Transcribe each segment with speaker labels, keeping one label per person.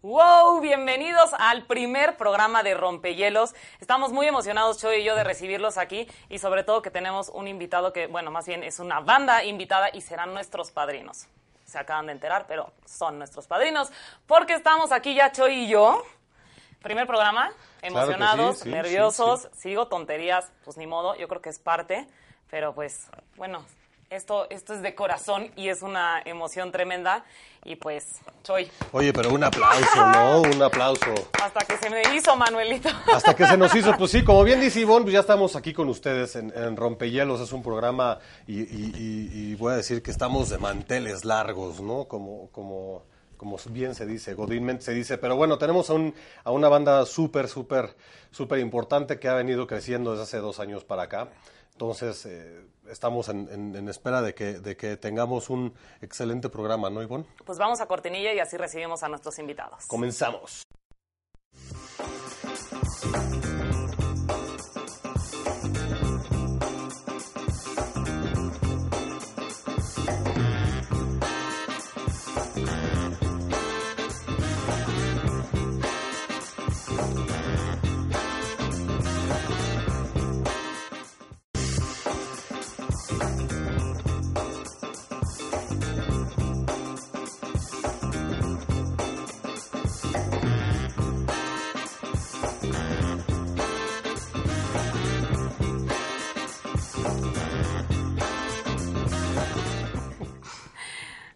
Speaker 1: ¡Wow! Bienvenidos al primer programa de Rompehielos. Estamos muy emocionados, Choy y yo, de recibirlos aquí y sobre todo que tenemos un invitado que, bueno, más bien es una banda invitada y serán nuestros padrinos. Se acaban de enterar, pero son nuestros padrinos porque estamos aquí ya, Choy y yo. Primer programa, emocionados,
Speaker 2: sí, sí,
Speaker 1: nerviosos,
Speaker 2: sí,
Speaker 1: sigo tonterías, pues ni modo, yo creo que es parte, pero pues bueno, esto, esto es de corazón y es una emoción tremenda y pues, Choy,
Speaker 2: Oye, pero un aplauso, ¿no? Un aplauso.
Speaker 1: Hasta que se me hizo, Manuelito.
Speaker 2: Hasta que se nos hizo, pues sí, como bien dice Ivonne, pues ya estamos aquí con ustedes en, en Rompehielos, es un programa y, y- y- y voy a decir que estamos de manteles largos, ¿no? Como, como, como bien se dice, Godínmente se dice, pero bueno, tenemos a, un, a una banda súper, súper, súper importante que ha venido creciendo desde hace dos años para acá. Entonces, eh, estamos en, en- en espera de que, de que tengamos un excelente programa, ¿no, Ivonne?
Speaker 1: Pues vamos a cortinilla y así recibimos a nuestros invitados.
Speaker 2: Comenzamos.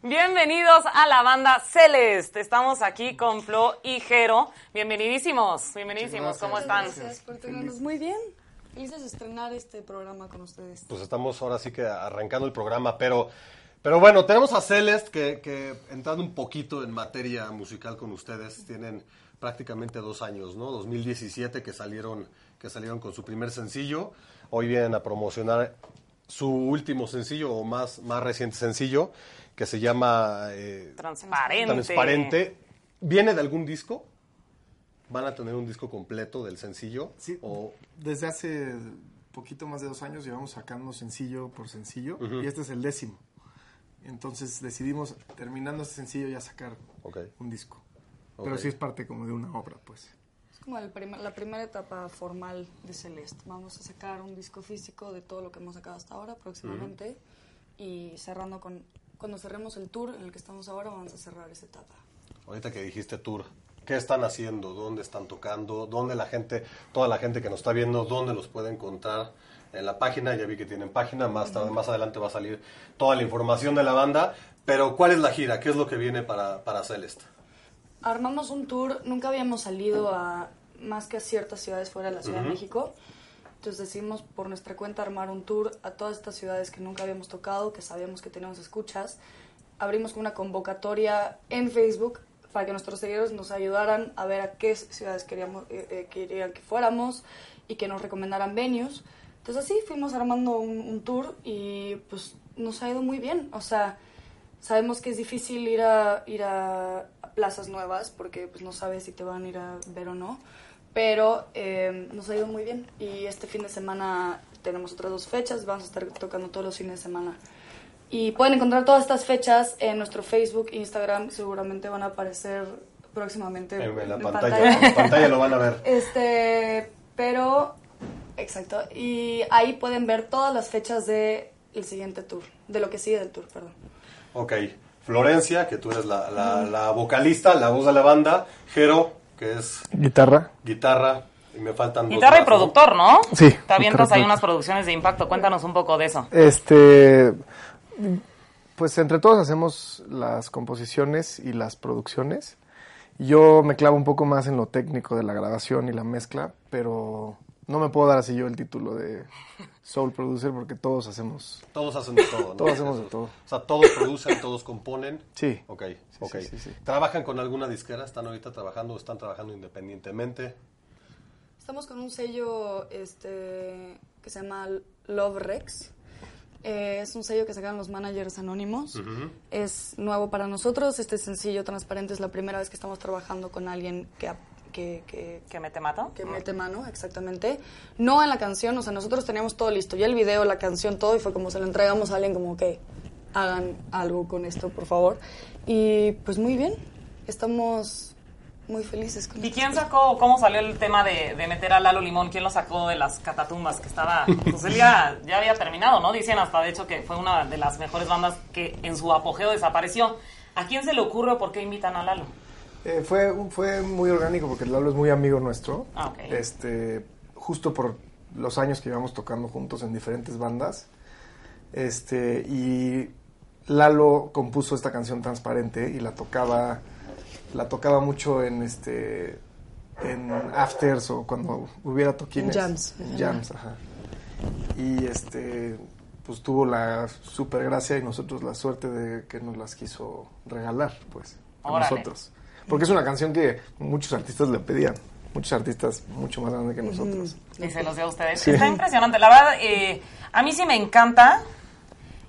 Speaker 1: Bienvenidos a la banda Celeste. Estamos aquí con Flo y Jero. Bienvenidísimos, bienvenidísimos. ¿Cómo están?
Speaker 3: Gracias por tenernos. Muy bien. Felices de estrenar este programa con ustedes.
Speaker 2: pues estamos ahora sí que arrancando el programa, pero, pero bueno, tenemos a Celeste que, que entrando un poquito en materia musical con ustedes, tienen prácticamente dos años, ¿no? 2017 que salieron, que salieron con su primer sencillo, hoy vienen a promocionar su último sencillo o más, más reciente sencillo que se llama eh,
Speaker 1: Transparente.
Speaker 2: Transparente. ¿Viene de algún disco? ¿Van a tener un disco completo del sencillo?
Speaker 4: Sí.
Speaker 2: ¿O
Speaker 4: Desde hace poquito más de dos años llevamos sacando sencillo por sencillo y este es el décimo. Entonces decidimos, terminando este sencillo, ya sacar
Speaker 2: Ok.
Speaker 4: un disco.
Speaker 2: Ok.
Speaker 4: Pero sí es parte como de una obra, pues.
Speaker 3: Es como el primer- la primera etapa formal de Celeste. Vamos a sacar un disco físico de todo lo que hemos sacado hasta ahora próximamente. Y cerrando con... Cuando cerremos el tour en el que estamos ahora, vamos a cerrar esa etapa.
Speaker 2: Ahorita que dijiste tour, ¿qué están haciendo? ¿Dónde están tocando? ¿Dónde la gente, toda la gente que nos está viendo, dónde los puede encontrar? En la página, ya vi que tienen página, más, tarde- más adelante va a salir toda la información de la banda. Pero, ¿cuál es la gira? ¿Qué es lo que viene para, para Celeste?
Speaker 3: Armamos un tour, nunca habíamos salido a más que a ciertas ciudades fuera de la Ciudad de México. Entonces decidimos por nuestra cuenta armar un tour a todas estas ciudades que nunca habíamos tocado, que sabíamos que teníamos escuchas. Abrimos con una convocatoria en Facebook para que nuestros seguidores nos ayudaran a ver a qué ciudades queríamos, eh, eh, querían que fuéramos y que nos recomendaran venues. Entonces así fuimos armando un, un tour y pues nos ha ido muy bien. O sea, Sabemos que es difícil ir a, ir a plazas nuevas porque pues, no sabes si te van a ir a ver o no, pero eh, nos ha ido muy bien y este fin de semana tenemos otras dos fechas, vamos a estar tocando todos los fines de semana. Y pueden encontrar todas estas fechas en nuestro Facebook, Instagram, seguramente van a aparecer próximamente
Speaker 1: Eh,
Speaker 2: En, en la pantalla, en la pantalla lo van a ver.
Speaker 3: Este, pero, exacto, y ahí pueden ver todas las fechas del el siguiente tour, de lo que sigue del tour, perdón.
Speaker 2: Ok, Florencia, que tú eres la, la- la vocalista, la voz de la banda. Jero, que es
Speaker 4: ¿Guitarra?
Speaker 2: guitarra. Y me faltan dos
Speaker 1: Guitarra y
Speaker 2: más, ¿no?
Speaker 1: productor, ¿no?
Speaker 4: Sí,
Speaker 1: Te avientas
Speaker 4: guitarra y
Speaker 1: ahí
Speaker 4: productor.
Speaker 1: unas producciones de impacto. Cuéntanos un poco de eso.
Speaker 4: Este, pues entre todos hacemos las composiciones y las producciones. Yo me clavo un poco más en lo técnico de la grabación y la mezcla, pero no me puedo dar así yo el título de soul producer porque todos hacemos.
Speaker 2: Todos hacen de todo, ¿no?
Speaker 4: Todos hacemos de todo.
Speaker 2: O sea, todos producen, todos componen.
Speaker 4: Sí.
Speaker 2: Ok,
Speaker 4: Sí,
Speaker 2: ok.
Speaker 4: sí, sí, sí.
Speaker 2: ¿Trabajan con alguna disquera? ¿Están ahorita trabajando o están trabajando independientemente?
Speaker 3: Estamos con un sello este, que se llama Love Rex. Eh, es un sello que sacan los managers anónimos. Es nuevo para nosotros. Este sencillo transparente es la primera vez que estamos trabajando con alguien que, ap- que, que-
Speaker 1: ¿Que me te mato?
Speaker 3: que mete mano, exactamente. No en la canción, o sea, nosotros teníamos todo listo, ya el video, la canción, todo, y fue como se lo entregamos a alguien como, ok, hagan algo con esto, por favor. Y pues muy bien, estamos muy felices con
Speaker 1: ¿Y
Speaker 3: esto.
Speaker 1: quién sacó, cómo salió el tema de, de meter a Lalo Limón? ¿Quién lo sacó de las catatumbas que estaba? Pues él ya, ya había terminado, ¿no? Dicen hasta de hecho que fue una de las mejores bandas que en su apogeo desapareció. ¿A quién se le ocurre o por qué invitan a Lalo?
Speaker 4: Eh, fue, un- fue muy orgánico porque Lalo es muy amigo nuestro.
Speaker 1: Ah, ok.
Speaker 4: Este, justo por los años que llevamos tocando juntos en diferentes bandas. Este, y Lalo compuso esta canción transparente y la tocaba, la tocaba mucho en este en afters o cuando hubiera toquines.
Speaker 3: En jams.
Speaker 4: En jams, ajá. Y este pues tuvo la super gracia y nosotros la suerte de que nos las quiso regalar, pues, a
Speaker 1: Órale.
Speaker 4: nosotros. Porque es una canción que muchos artistas le pedían. Muchos artistas mucho más grandes que nosotros.
Speaker 1: Y se los dio a ustedes.
Speaker 4: Sí.
Speaker 1: Está impresionante. La verdad, eh, a mí sí me encanta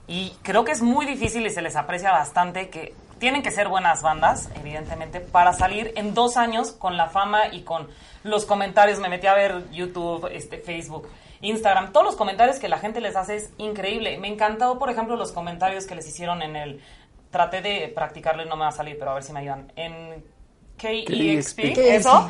Speaker 1: y creo que es muy difícil y se les aprecia bastante que tienen que ser buenas bandas, evidentemente, para salir en dos años con la fama y con los comentarios. Me metí a ver YouTube, este, Facebook, Instagram. Todos los comentarios que la gente les hace es increíble. Me encantó, por ejemplo, los comentarios que les hicieron en el... Traté de practicarlo y no me va a salir, pero a ver si me ayudan. En KEXP,
Speaker 4: KEXP.
Speaker 1: eso.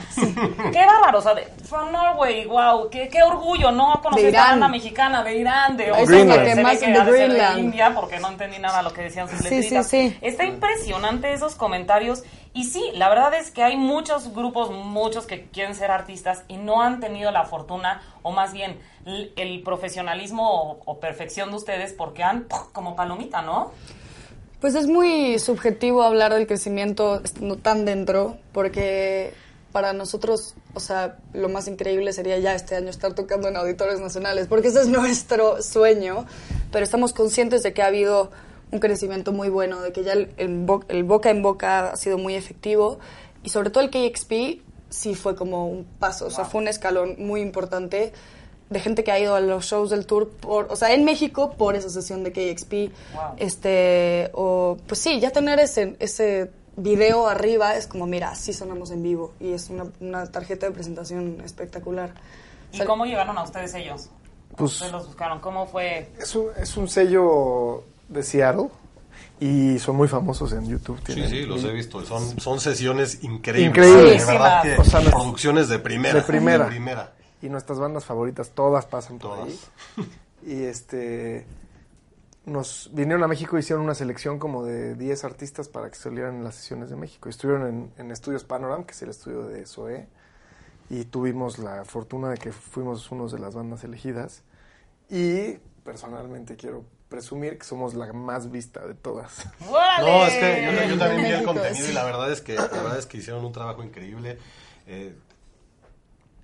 Speaker 1: Qué bárbaro, o sea, de, from Norway, wow, qué, qué orgullo, ¿no? Conocer
Speaker 3: De
Speaker 1: esta
Speaker 3: Irán.
Speaker 1: banda mexicana de Irán, de
Speaker 3: Esa es
Speaker 4: la
Speaker 1: Holanda,
Speaker 4: que
Speaker 1: se ve
Speaker 3: más
Speaker 1: que
Speaker 3: en
Speaker 1: ha de ser de
Speaker 3: Greenland.
Speaker 1: India, porque no entendí nada lo que decían sus
Speaker 3: Sí, sí,
Speaker 1: letritas.
Speaker 3: sí.
Speaker 1: Está impresionante esos comentarios. Y sí, la verdad es que hay muchos grupos, muchos que quieren ser artistas y no han tenido la fortuna, o más bien l- el profesionalismo o, o perfección de ustedes, porque han, ¡puf! como palomita, ¿no?
Speaker 3: Pues es muy subjetivo hablar del crecimiento estando tan dentro, porque para nosotros, o sea, lo más increíble sería ya este año estar tocando en auditorios nacionales, porque ese es nuestro sueño, pero estamos conscientes de que ha habido un crecimiento muy bueno, de que ya el, el bo- el boca en boca ha sido muy efectivo, y sobre todo el KXP sí fue como un paso, o sea, fue un escalón muy importante de gente que ha ido a los shows del tour, por, o sea, en México por esa sesión de KXP,
Speaker 1: Wow.
Speaker 3: este, o pues sí, ya tener ese, ese video arriba es como, mira, así sonamos en vivo y es una, una tarjeta de presentación espectacular. O
Speaker 1: ¿Y
Speaker 3: sea,
Speaker 1: cómo llegaron a ustedes ellos?
Speaker 4: Pues-
Speaker 1: ustedes los buscaron, ¿cómo fue?
Speaker 4: Es un, es un sello de Seattle y son muy famosos en YouTube.
Speaker 2: Sí,
Speaker 4: Tienen
Speaker 2: sí, los he
Speaker 4: mil-
Speaker 2: visto. Son, son sesiones increíbles.
Speaker 4: Increíbles.
Speaker 2: De verdad
Speaker 1: Sí,
Speaker 2: que
Speaker 4: o sea, las-
Speaker 2: producciones de primera.
Speaker 4: de primera.
Speaker 2: De primera.
Speaker 4: Y nuestras bandas favoritas, todas pasan por
Speaker 2: Todas.
Speaker 4: ahí. Y este. Nos vinieron a México y hicieron una selección como de 10 artistas para que salieran en las sesiones de México. Y Estuvieron en, en Estudios Panoram, que es el estudio de SOE. Y tuvimos la fortuna de que fuimos unos de las bandas elegidas. Y personalmente quiero presumir que somos la más vista de todas.
Speaker 1: ¡Órale!
Speaker 2: No, es que yo, yo también vi el
Speaker 3: México,
Speaker 2: contenido
Speaker 3: sí.
Speaker 2: y la verdad es que la verdad es que hicieron un trabajo increíble. Eh,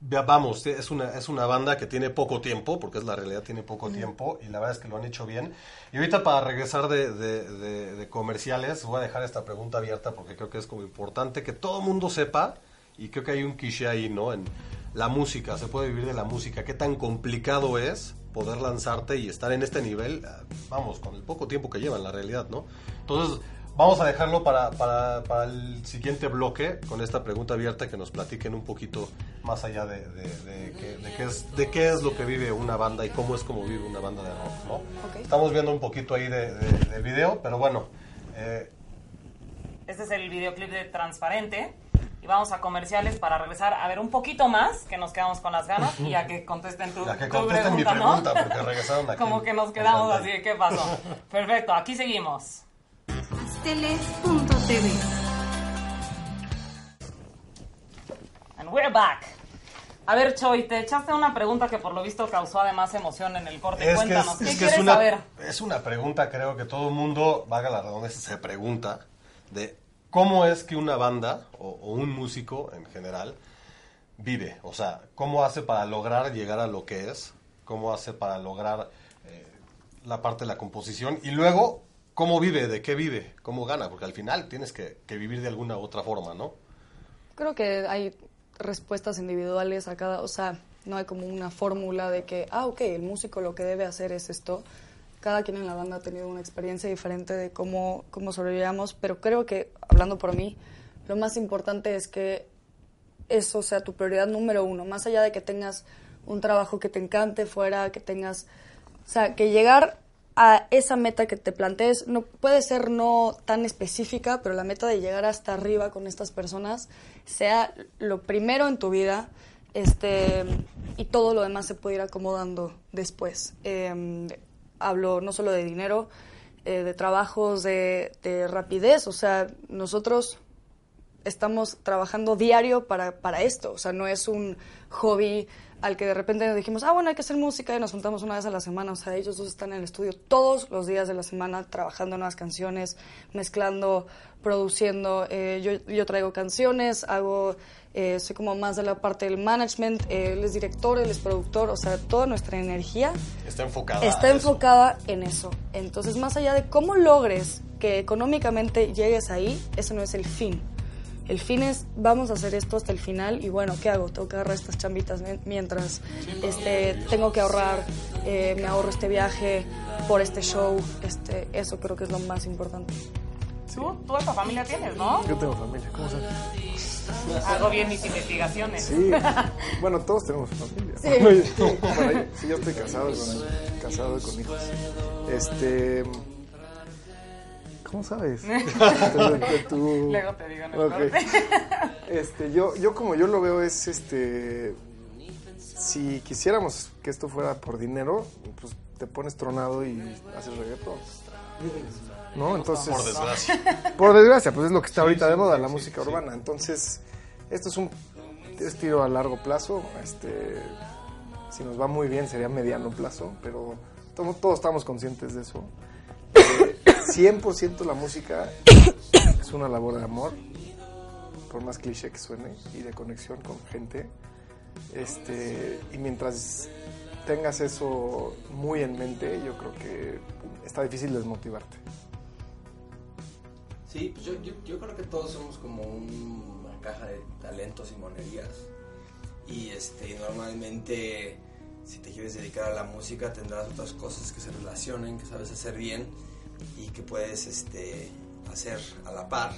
Speaker 2: vea, vamos, es una, es una banda que tiene poco tiempo, porque es la realidad, tiene poco tiempo, y la verdad es que lo han hecho bien. Y ahorita para regresar de, de- de- de comerciales, voy a dejar esta pregunta abierta porque creo que es como importante que todo el mundo sepa, y creo que hay un cliché ahí, ¿no? En la música, se puede vivir de la música, qué tan complicado es poder lanzarte y estar en este nivel, eh, vamos, con el poco tiempo que lleva en la realidad, ¿no? Entonces, Vamos a dejarlo para, para- para el siguiente bloque con esta pregunta abierta que nos platiquen un poquito más allá de, de- de qué, de qué es, de qué es lo que vive una banda y cómo es como vive una banda de rock. ¿no?
Speaker 3: Ok.
Speaker 2: Estamos viendo un poquito ahí de- de- del video, pero bueno, eh,
Speaker 1: Este es el videoclip de Transparente. Y vamos a comerciales para regresar a ver un poquito más, que nos quedamos con las ganas y a que contesten tu,
Speaker 2: ya que
Speaker 1: tu
Speaker 2: contesten mi
Speaker 1: pregunta, ¿no?
Speaker 2: pregunta porque regresaron aquí.
Speaker 1: Como que nos
Speaker 2: en
Speaker 1: quedamos así,
Speaker 2: pantalla.
Speaker 1: de, ¿qué pasó? Perfecto, aquí seguimos.
Speaker 5: Pasteles.tv
Speaker 1: And we're back. A ver, Choy, te echaste una pregunta que por lo visto causó además emoción en el corte.
Speaker 2: Es que es,
Speaker 1: Cuéntanos,
Speaker 2: es
Speaker 1: ¿qué
Speaker 2: que es
Speaker 1: quieres
Speaker 2: una,
Speaker 1: saber?
Speaker 2: es una pregunta, creo que todo el mundo, vaga la redundancia, se pregunta de cómo es que una banda o, o un músico en general vive. O sea, cómo hace para lograr llegar a lo que es, cómo hace para lograr eh, la parte de la composición y luego cómo vive, de qué vive, cómo gana, porque al final tienes que, que vivir de alguna u otra forma, ¿no?
Speaker 3: creo que hay respuestas individuales a cada, o sea, no hay como una fórmula de que, ah, ok, el músico lo que debe hacer es esto. Cada quien en la banda ha tenido una experiencia diferente de cómo, cómo sobrellevamos, pero creo que, hablando por mí, lo más importante es que eso sea tu prioridad número uno, más allá de que tengas un trabajo que te encante fuera, que tengas, o sea, que llegar a esa meta que te plantees no puede ser no tan específica, pero la meta de llegar hasta arriba con estas personas sea lo primero en tu vida, este, y todo lo demás se puede ir acomodando después. Eh, hablo no solo de dinero, eh, de trabajos, de, de rapidez, o sea, nosotros estamos trabajando diario para, para esto. O sea, no es un hobby al que de repente nos dijimos, ah, bueno, hay que hacer música y nos juntamos una vez a la semana. O sea, ellos dos están en el estudio todos los días de la semana trabajando nuevas canciones, mezclando, produciendo. Eh, yo, yo traigo canciones, hago, eh, soy como más de la parte del management, eh, él es director, él es productor. O sea, toda nuestra energía
Speaker 2: Está enfocada. a
Speaker 3: está
Speaker 2: eso.
Speaker 3: enfocada en eso. Entonces, más allá de cómo logres que económicamente llegues ahí, ese no es el fin. El fin es, vamos a hacer esto hasta el final y bueno, ¿qué hago? Tengo que agarrar estas chambitas mi- mientras este, tengo que ahorrar, eh, me ahorro este viaje por este show, este, eso creo que es lo más importante.
Speaker 1: Tú, tú esta familia tienes, ¿no?
Speaker 4: Yo tengo familia, ¿cómo sabes?
Speaker 1: Hago bien mis investigaciones.
Speaker 4: Sí. Bueno, todos tenemos familia.
Speaker 3: Sí.
Speaker 4: Bueno, yo- bueno, yo- sí, yo estoy casado con, casado con hijos. Este. ¿Cómo sabes? Tú- tú-
Speaker 1: Luego te digo en el
Speaker 4: Ok.
Speaker 1: corte.
Speaker 4: Este, yo, yo como yo lo veo es este. Si quisiéramos que esto fuera por dinero, pues te pones tronado y haces reggaetón. ¿No? Entonces.
Speaker 2: Por desgracia.
Speaker 4: Por desgracia, pues es lo que está ahorita de moda, la música urbana. Entonces, esto es un es tiro a largo plazo. Este, si nos va muy bien, sería mediano plazo, pero tomo- todos, estamos conscientes de eso. Eh, 100% la música es una labor de amor, por más cliché que suene, y de conexión con gente. Este, y mientras tengas eso muy en mente, yo creo que está difícil desmotivarte.
Speaker 5: Sí, pues yo, yo, yo creo que todos somos como una caja de talentos y monerías. Y este, normalmente, si te quieres dedicar a la música, tendrás otras cosas que se relacionen, que sabes hacer bien y que puedes este, hacer a la par.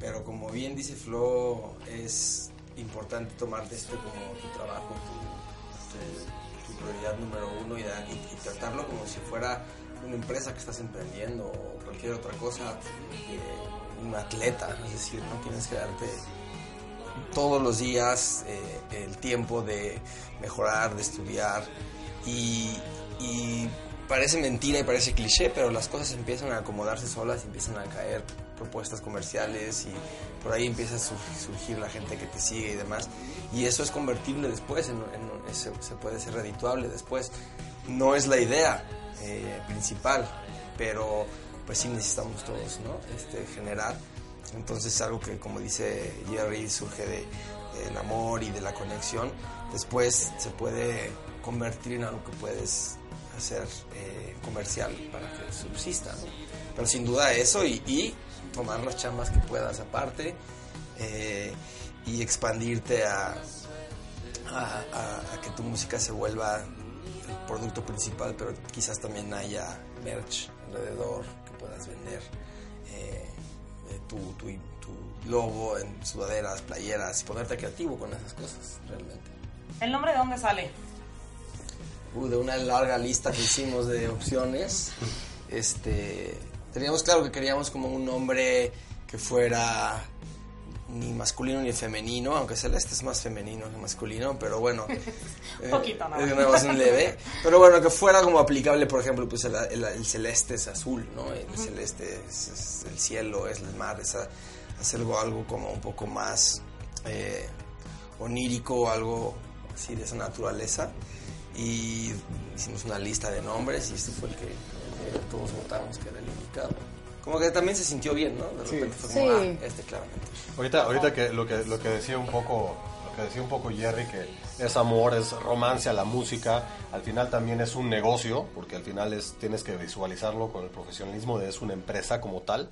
Speaker 5: Pero como bien dice Flo, es importante tomarte esto como tu trabajo, tu, tu- tu prioridad número uno y, da- y- y tratarlo como si fuera una empresa que estás emprendiendo o cualquier otra cosa, eh, un atleta. Es decir, no tienes que darte todos los días eh, el tiempo de mejorar, de estudiar y, y parece mentira y parece cliché, pero las cosas empiezan a acomodarse solas, empiezan a caer propuestas comerciales y por ahí empieza a sur- surgir la gente que te sigue y demás. Y eso es convertible después, en- en- es- se puede ser redituable después. No es la idea eh, principal, pero pues sí necesitamos todos ¿no? este, generar entonces algo que, como dice Jerry, surge de- del amor y de la conexión. Después se puede convertir en algo que puedes hacer eh, comercial para que subsista. ¿no? Pero sin duda eso y, y tomar las chambas que puedas aparte eh, y expandirte a, a- a- a que tu música se vuelva el producto principal, pero quizás también haya merch alrededor que puedas vender. eh, eh, tu, tu, tu logo en sudaderas, playeras, ponerte creativo con esas cosas, realmente.
Speaker 1: ¿El nombre de dónde sale?
Speaker 5: Uh, de una larga lista que hicimos de opciones, este, teníamos claro que queríamos como un nombre que fuera ni masculino ni femenino, aunque Celeste es más femenino que masculino, pero bueno. eh,
Speaker 1: Poquito, nada
Speaker 5: es
Speaker 1: más.
Speaker 5: nada más un leve. Pero bueno, que fuera como aplicable, por ejemplo, pues el, el- el celeste es azul, ¿no? El celeste es, es el cielo, es el mar, es a- hacer algo, algo como un poco más eh, onírico, algo así de esa naturaleza. Y hicimos una lista de nombres y este fue el que, el que todos votamos que era el indicado. Como que también se sintió bien, ¿no? De repente fue como,
Speaker 3: Sí.
Speaker 5: ah, este claramente.
Speaker 2: Ahorita, ahorita que lo que lo que decía un poco lo que decía un poco Jerry que es amor, es romance a la música, al final también es un negocio, porque al final es tienes que visualizarlo con el profesionalismo de es una empresa como tal,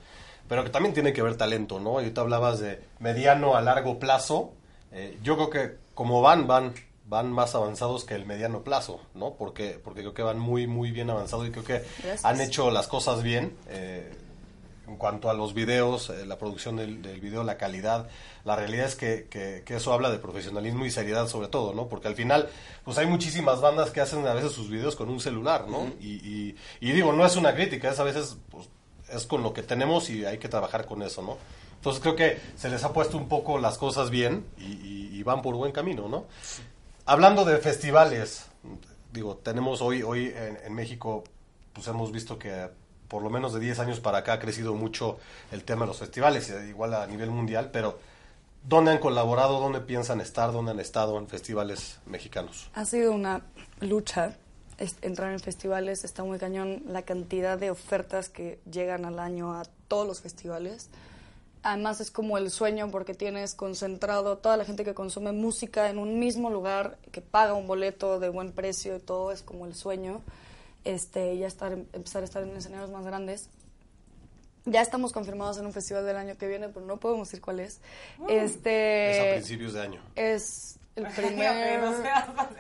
Speaker 2: pero que también tiene que ver talento, ¿no? Ahorita hablabas de mediano a largo plazo, Eh, yo creo que como van, van, van más avanzados que el mediano plazo, ¿no? Porque, porque creo que van muy, muy bien avanzados y creo que
Speaker 3: Gracias.
Speaker 2: han hecho las cosas bien. eh, en cuanto a los videos, eh, la producción del, del video, la calidad, la realidad es que, que- que eso habla de profesionalismo y seriedad sobre todo, ¿no? Porque al final, pues hay muchísimas bandas que hacen a veces sus videos con un celular, ¿no? y, y- y digo, no es una crítica, es a veces, pues, es con lo que tenemos y hay que trabajar con eso, ¿no? Entonces creo que se les ha puesto un poco las cosas bien y, y- y van por buen camino, ¿no? Hablando de festivales, digo, tenemos hoy, hoy en, en México, pues hemos visto que por lo menos de 10 años para acá ha crecido mucho el tema de los festivales, eh, igual a nivel mundial, pero ¿dónde han colaborado? ¿Dónde piensan estar? ¿Dónde han estado en festivales mexicanos?
Speaker 3: Ha sido una lucha es- entrar en festivales, está muy cañón la cantidad de ofertas que llegan al año a todos los festivales. Además es como el sueño porque tienes concentrado toda la gente que consume música en un mismo lugar, que paga un boleto de buen precio y todo, es como el sueño. Este, y ya estar, empezar a estar en escenarios más grandes. Ya estamos confirmados en un festival del año que viene, pero no podemos decir cuál es. Este,
Speaker 2: es
Speaker 1: Eh,
Speaker 2: a principios de año.
Speaker 3: es el
Speaker 1: Que
Speaker 3: primer,
Speaker 1: no seas así.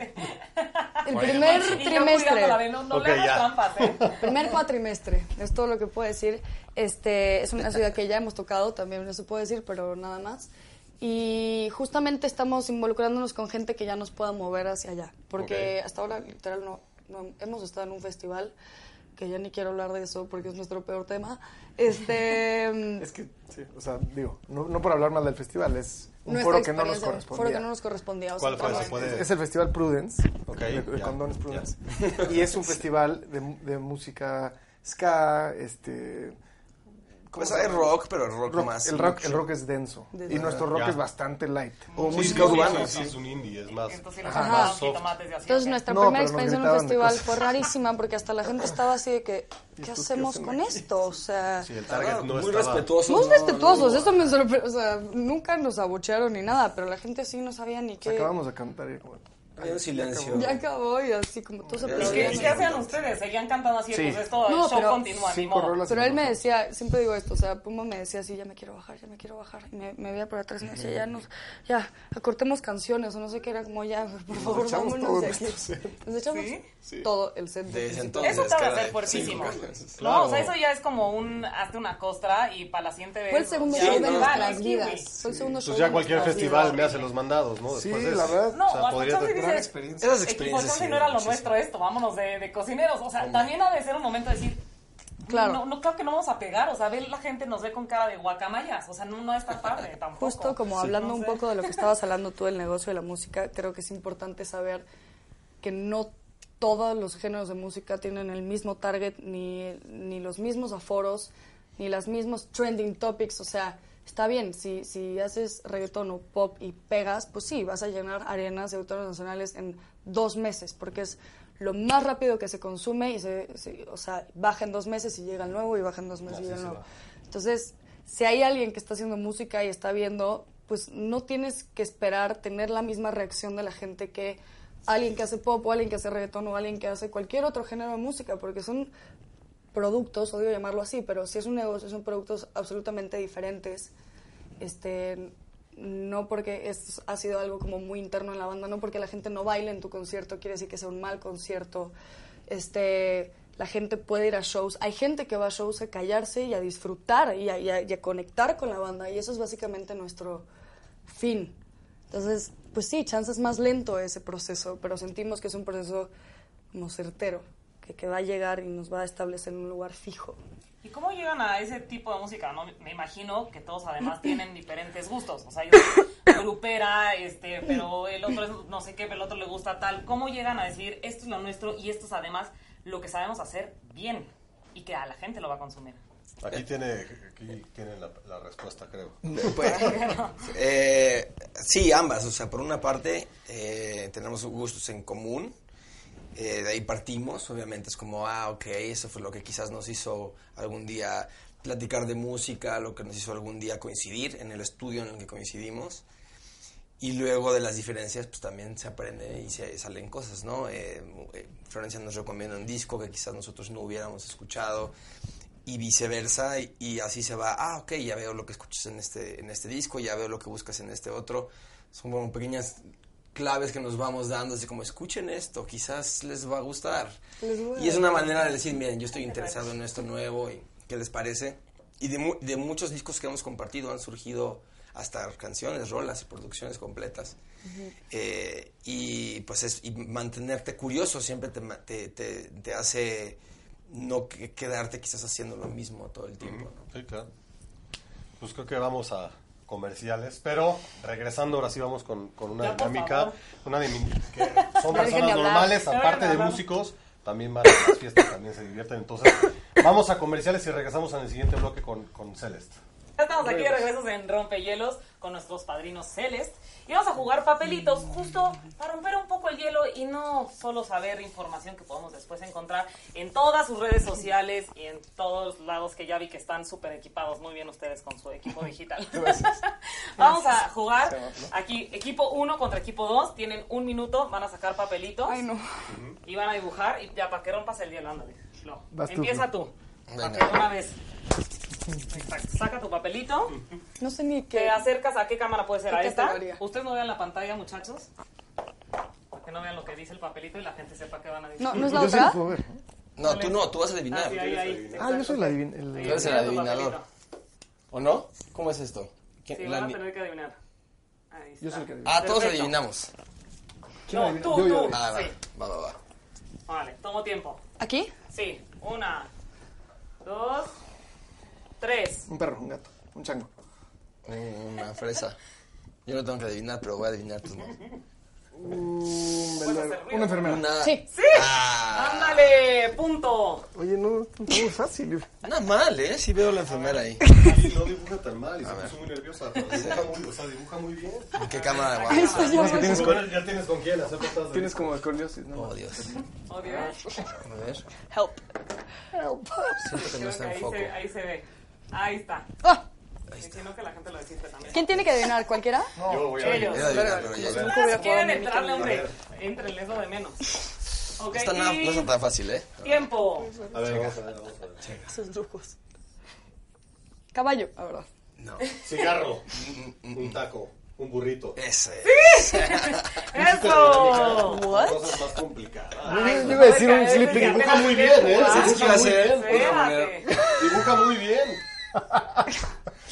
Speaker 3: el
Speaker 2: Oye,
Speaker 1: Y
Speaker 3: primer
Speaker 1: yo cuidándola de
Speaker 3: trimestre.
Speaker 1: no, no
Speaker 2: Ok,
Speaker 1: le hagas
Speaker 2: ya.
Speaker 1: trampas, ¿eh?
Speaker 3: Primer cuatrimestre, es todo lo que puedo decir. Este, es una ciudad que ya hemos tocado, también no se puede decir, pero nada más. Y justamente estamos involucrándonos con gente que ya nos pueda mover hacia allá. Porque
Speaker 2: Ok.
Speaker 3: hasta ahora, literal, no, no- hemos estado en un festival, que ya ni quiero hablar de eso porque es nuestro peor tema. Este,
Speaker 4: Es que, sí, o sea, digo, no, no por hablar mal del festival, es un
Speaker 3: nuestra
Speaker 4: foro que no nos
Speaker 3: experiencia, un
Speaker 4: correspondía.
Speaker 3: Foro que no nos correspondía. o sea,
Speaker 2: ¿Cuál fue?
Speaker 3: trabajo
Speaker 2: ¿Se puede?
Speaker 4: Es el Festival Prudence,
Speaker 2: Ok,
Speaker 4: de, de
Speaker 2: ya,
Speaker 4: Condones
Speaker 2: ya.
Speaker 4: Prudence. Y es un festival de, mu- de música ska, este... ¿cómo
Speaker 5: Pues
Speaker 4: se
Speaker 5: hay
Speaker 4: llama?
Speaker 5: rock, pero el rock,
Speaker 4: Rock,
Speaker 5: más.
Speaker 4: el, rock,
Speaker 5: mucho.
Speaker 4: el rock es denso.
Speaker 3: Denso.
Speaker 4: Y nuestro rock
Speaker 2: Ya.
Speaker 4: es bastante light.
Speaker 5: O
Speaker 2: Sí,
Speaker 5: música
Speaker 2: sí, sí,
Speaker 5: urbana.
Speaker 2: sí, sí, es un indie, es más.
Speaker 1: Entonces, los
Speaker 2: más
Speaker 3: Ajá.
Speaker 2: soft.
Speaker 1: jitomates y así,
Speaker 3: Entonces
Speaker 1: ok.
Speaker 3: nuestra
Speaker 4: No,
Speaker 3: primera
Speaker 4: pero nos
Speaker 3: experiencia en un
Speaker 4: gritaban de
Speaker 3: festival fue rarísima porque hasta la gente estaba así de que, ¿qué
Speaker 4: estos qué
Speaker 3: hacemos
Speaker 4: hacen
Speaker 3: con
Speaker 4: aquí?
Speaker 3: esto? O sea,
Speaker 2: Sí, el target
Speaker 5: Claro,
Speaker 2: no
Speaker 5: Ah, muy
Speaker 2: estaba-
Speaker 5: respetuosos.
Speaker 3: muy
Speaker 5: no,
Speaker 3: respetuosos,
Speaker 5: no.
Speaker 3: eso me sorprendió, o sea, nunca nos abuchearon ni nada, pero la gente sí no sabía ni qué.
Speaker 4: Acabamos de cantar y... bueno,
Speaker 5: Hay un silencio.
Speaker 3: Ya acabó y así como todos
Speaker 5: Ya
Speaker 1: ¿Y qué, y
Speaker 3: aplaudían.
Speaker 1: qué hacían ustedes? ¿Seguían cantando así?
Speaker 4: Sí.
Speaker 1: Pues esto, el
Speaker 3: No,
Speaker 1: show
Speaker 3: pero
Speaker 1: continúa, ni
Speaker 4: cinco
Speaker 1: modo.
Speaker 4: rolas
Speaker 3: Pero él
Speaker 4: y
Speaker 3: me
Speaker 4: no-
Speaker 3: decía, siempre digo esto, o sea, Puma me decía así, ya me quiero bajar, ya me quiero bajar. Y me, me veía por atrás y me decía, ya nos, ya, acortemos canciones, o no sé qué era, como ya, por favor,
Speaker 4: echamos
Speaker 3: vámonos
Speaker 4: todo
Speaker 3: de
Speaker 4: nuestro
Speaker 3: aquí. Nos echamos todo el set. de
Speaker 5: Desde
Speaker 3: principio
Speaker 5: entonces.
Speaker 1: Eso te va a
Speaker 5: cada
Speaker 1: hacer fuertísimo.
Speaker 5: cinco veces.
Speaker 1: No, o sea, eso ya es como un, hazte una costra y para la siguiente vez.
Speaker 3: Fue el segundo
Speaker 1: ya
Speaker 3: show de
Speaker 1: vale,
Speaker 3: nuestras
Speaker 1: kiwi.
Speaker 3: vidas. Fue el segundo show
Speaker 2: Pues ya
Speaker 3: de
Speaker 2: cualquier
Speaker 3: nuestras
Speaker 2: festival
Speaker 3: vidas.
Speaker 2: me hace los mandados, ¿no?
Speaker 4: Sí,
Speaker 2: Después es-
Speaker 4: la verdad.
Speaker 1: No,
Speaker 2: o sea,
Speaker 1: hasta
Speaker 2: podría-
Speaker 1: chance dices,
Speaker 4: gran
Speaker 1: experiencia.
Speaker 5: Esas experiencias.
Speaker 1: chance
Speaker 5: sí,
Speaker 1: no era lo
Speaker 5: sí, sí.
Speaker 1: nuestro esto, vámonos de, de cocineros. O sea, también ha de ser un momento de decir,
Speaker 3: Claro.
Speaker 1: no, no creo que no vamos a pegar. O sea, ve, la gente nos ve con cara de guacamayas. O sea, no, no está tarde tampoco.
Speaker 3: Justo como hablando
Speaker 1: No
Speaker 3: un
Speaker 1: sé.
Speaker 3: poco de lo que estabas hablando tú del negocio de la música, creo que es importante saber que no todos los géneros de música tienen el mismo target, ni, ni los mismos aforos, ni las mismos trending topics. O sea, está bien, si, si haces reggaetón o pop y pegas, pues sí, vas a llenar arenas de autores nacionales en dos meses, porque es lo más rápido que se consume y se, se- o sea, baja en dos meses y llega el nuevo y baja en dos meses y llega el nuevo. Entonces, si hay alguien que está haciendo música y está viendo, pues no tienes que esperar tener la misma reacción de la gente que alguien que hace pop o alguien que hace reggaetón o alguien que hace cualquier otro género de música, porque son productos, odio llamarlo así, pero si es un negocio, son productos absolutamente diferentes. Este, no porque es, ha sido algo como muy interno en la banda, no porque la gente no baile en tu concierto, quiere decir que sea un mal concierto. Este, la gente puede ir a shows. Hay gente que va a shows a callarse y a disfrutar y a, y a- y a conectar con la banda, y eso es básicamente nuestro fin. Entonces, pues sí, chance es más lento ese proceso, pero sentimos que es un proceso como certero, que, que va a llegar y nos va a establecer en un lugar fijo.
Speaker 1: ¿Y cómo llegan a ese tipo de música? No, me imagino que todos además tienen diferentes gustos. O sea, yo soy grupera, este, pero el otro es no sé qué, pero el otro le gusta tal. ¿Cómo llegan a decir esto es lo nuestro y esto es además lo que sabemos hacer bien y que a la gente lo va a consumir?
Speaker 2: Aquí tiene, aquí tiene la, la respuesta, creo.
Speaker 5: Pues, eh, sí, ambas. O sea, por una parte, eh, tenemos gustos en común. eh, de ahí partimos. Obviamente es como, ah, ok, eso fue lo que quizás nos hizo algún día platicar de música, lo que nos hizo algún día coincidir en el estudio en el que coincidimos. Y luego de las diferencias, pues también se aprende y se salen cosas, ¿no? Eh, eh, Florencia nos recomienda un disco que quizás nosotros no hubiéramos escuchado y viceversa, y, y así se va, ah, ok, ya veo lo que escuchas en este, en este disco, ya veo lo que buscas en este otro. son como pequeñas claves que nos vamos dando, así como escuchen esto, quizás les va a gustar.
Speaker 3: Les voy a
Speaker 5: Y es una manera de decir, miren, yo estoy interesado en esto nuevo y qué les parece. Y de, mu- de muchos discos que hemos compartido han surgido hasta canciones, rolas y producciones completas. Eh, y pues es, y mantenerte curioso siempre te, ma- te, te- te hace no que- quedarte quizás haciendo lo mismo todo el tiempo. ¿no?
Speaker 2: Sí, claro. Pues creo que vamos a comerciales, pero regresando ahora sí vamos con, con una
Speaker 1: Ya, por
Speaker 2: dinámica,
Speaker 1: favor.
Speaker 2: una dinámica que son
Speaker 3: No dejen de
Speaker 2: personas
Speaker 3: hablar.
Speaker 2: normales,
Speaker 1: No dejen
Speaker 2: aparte
Speaker 1: de
Speaker 2: de
Speaker 1: hablar.
Speaker 2: músicos, también van a las fiestas, también se divierten. Entonces, vamos a comerciales y regresamos en el siguiente bloque con, con Celeste.
Speaker 1: Ya estamos aquí de regresos en Rompehielos con nuestros padrinos Celest. Y vamos a jugar papelitos justo para romper un poco el hielo y no solo saber información que podemos después encontrar en todas sus redes sociales y en todos lados que ya vi que están súper equipados muy bien ustedes con su equipo digital. vamos a jugar aquí equipo 1 contra equipo 2. Tienen un minuto, van a sacar papelitos
Speaker 3: Ay, no.
Speaker 1: y van a dibujar y ya para que rompas el hielo, ándale. No,
Speaker 4: Vas tú,
Speaker 1: empieza
Speaker 4: Flo.
Speaker 1: tú.
Speaker 5: Venga.
Speaker 1: Ok, una vez. Exacto. Saca tu papelito.
Speaker 3: No sé ni qué.
Speaker 1: ¿Te acercas a qué cámara puede ser?
Speaker 3: ¿Qué
Speaker 1: ¿A esta?
Speaker 3: categoría?
Speaker 1: Ustedes no vean la pantalla, muchachos. Para que no vean lo que dice el papelito y la gente sepa qué van a decir.
Speaker 3: No, no es la
Speaker 4: Yo sí lo
Speaker 3: otra.
Speaker 4: puedo ver. ¿no?
Speaker 5: No, tú no, tú vas a adivinar.
Speaker 1: Ah, sí, ahí, ahí.
Speaker 4: Ah, yo soy la adivin- el-
Speaker 1: Ahí,
Speaker 5: Tú eres el
Speaker 1: mira tu
Speaker 5: adivinador.
Speaker 1: papelito.
Speaker 5: ¿O no? ¿Cómo es esto? ¿Quién-
Speaker 1: Sí,
Speaker 5: la
Speaker 1: van a
Speaker 5: mi-
Speaker 1: tener que adivinar. Ahí está.
Speaker 4: Yo soy el que adivino.
Speaker 5: Ah, todos
Speaker 1: Perfecto.
Speaker 5: adivinamos.
Speaker 4: ¿Quién
Speaker 1: No,
Speaker 4: adivina?
Speaker 1: tú,
Speaker 4: Yo, yo,
Speaker 1: tú.
Speaker 4: yo.
Speaker 5: Ah, va,
Speaker 1: Sí.
Speaker 5: va, va, va.
Speaker 1: Vale, tomo tiempo.
Speaker 3: ¿Aquí?
Speaker 1: Sí, una, dos, tres.
Speaker 4: Un perro, un gato, un chango.
Speaker 5: Mm, Una fresa. Yo no tengo que adivinar, pero voy a adivinar tus nombres.
Speaker 1: Puedes hacer ruido.
Speaker 4: Una enfermera.
Speaker 5: Una, Ah,
Speaker 3: Sí.
Speaker 1: ¡Sí! ¡Ándale! ¡Punto!
Speaker 4: Oye, no, no es fácil.
Speaker 5: Nada mal, ¿eh? Sí veo la enfermera ahí.
Speaker 2: No dibuja tan mal y se puso muy nerviosa, pero dibuja muy, o sea, dibuja muy bien.
Speaker 5: ¿Qué cámara de guardia?
Speaker 4: que tienes,
Speaker 2: Bueno, ya tienes con quién hacer cosas de...
Speaker 4: tienes como escoliosis, ¿no?
Speaker 5: Oh, Dios.
Speaker 1: Oh,
Speaker 5: Ah,
Speaker 1: Dios.
Speaker 5: A ver,
Speaker 3: Help.
Speaker 5: siento que no
Speaker 1: Creo que
Speaker 5: está en
Speaker 1: ahí
Speaker 5: foco.
Speaker 1: se, ahí se ve. Ahí está.
Speaker 3: Ah,
Speaker 1: Sino que la gente lo descifre también.
Speaker 3: ¿Quién tiene que adivinar? ¿Cualquiera?
Speaker 2: Yo voy a...
Speaker 1: Ellos.
Speaker 5: Voy a adivinar, pero
Speaker 1: Ah,
Speaker 3: No hubiera
Speaker 5: ya-
Speaker 1: si quieren
Speaker 3: jugado
Speaker 1: entrarle,
Speaker 3: Mickey
Speaker 1: hombre, entrenle eso de menos. Ok,
Speaker 5: Esta no, no
Speaker 1: y
Speaker 5: está tan fácil, ¿eh?
Speaker 1: tiempo.
Speaker 2: A ver, vamos a ver, vamos a ver.
Speaker 3: Mouse, Sus trucos. Caballo, la verdad.
Speaker 5: No.
Speaker 2: Cigarro, un taco, un burrito.
Speaker 5: Ese.
Speaker 1: ¡Eso!
Speaker 2: Cosas más complicadas.
Speaker 4: Yo iba a decir un sleeping.
Speaker 2: Dibuja muy bien, ¿eh?
Speaker 1: Ah,
Speaker 2: Se dibuja muy bien.
Speaker 1: Espérate.
Speaker 2: Dibuja muy bien.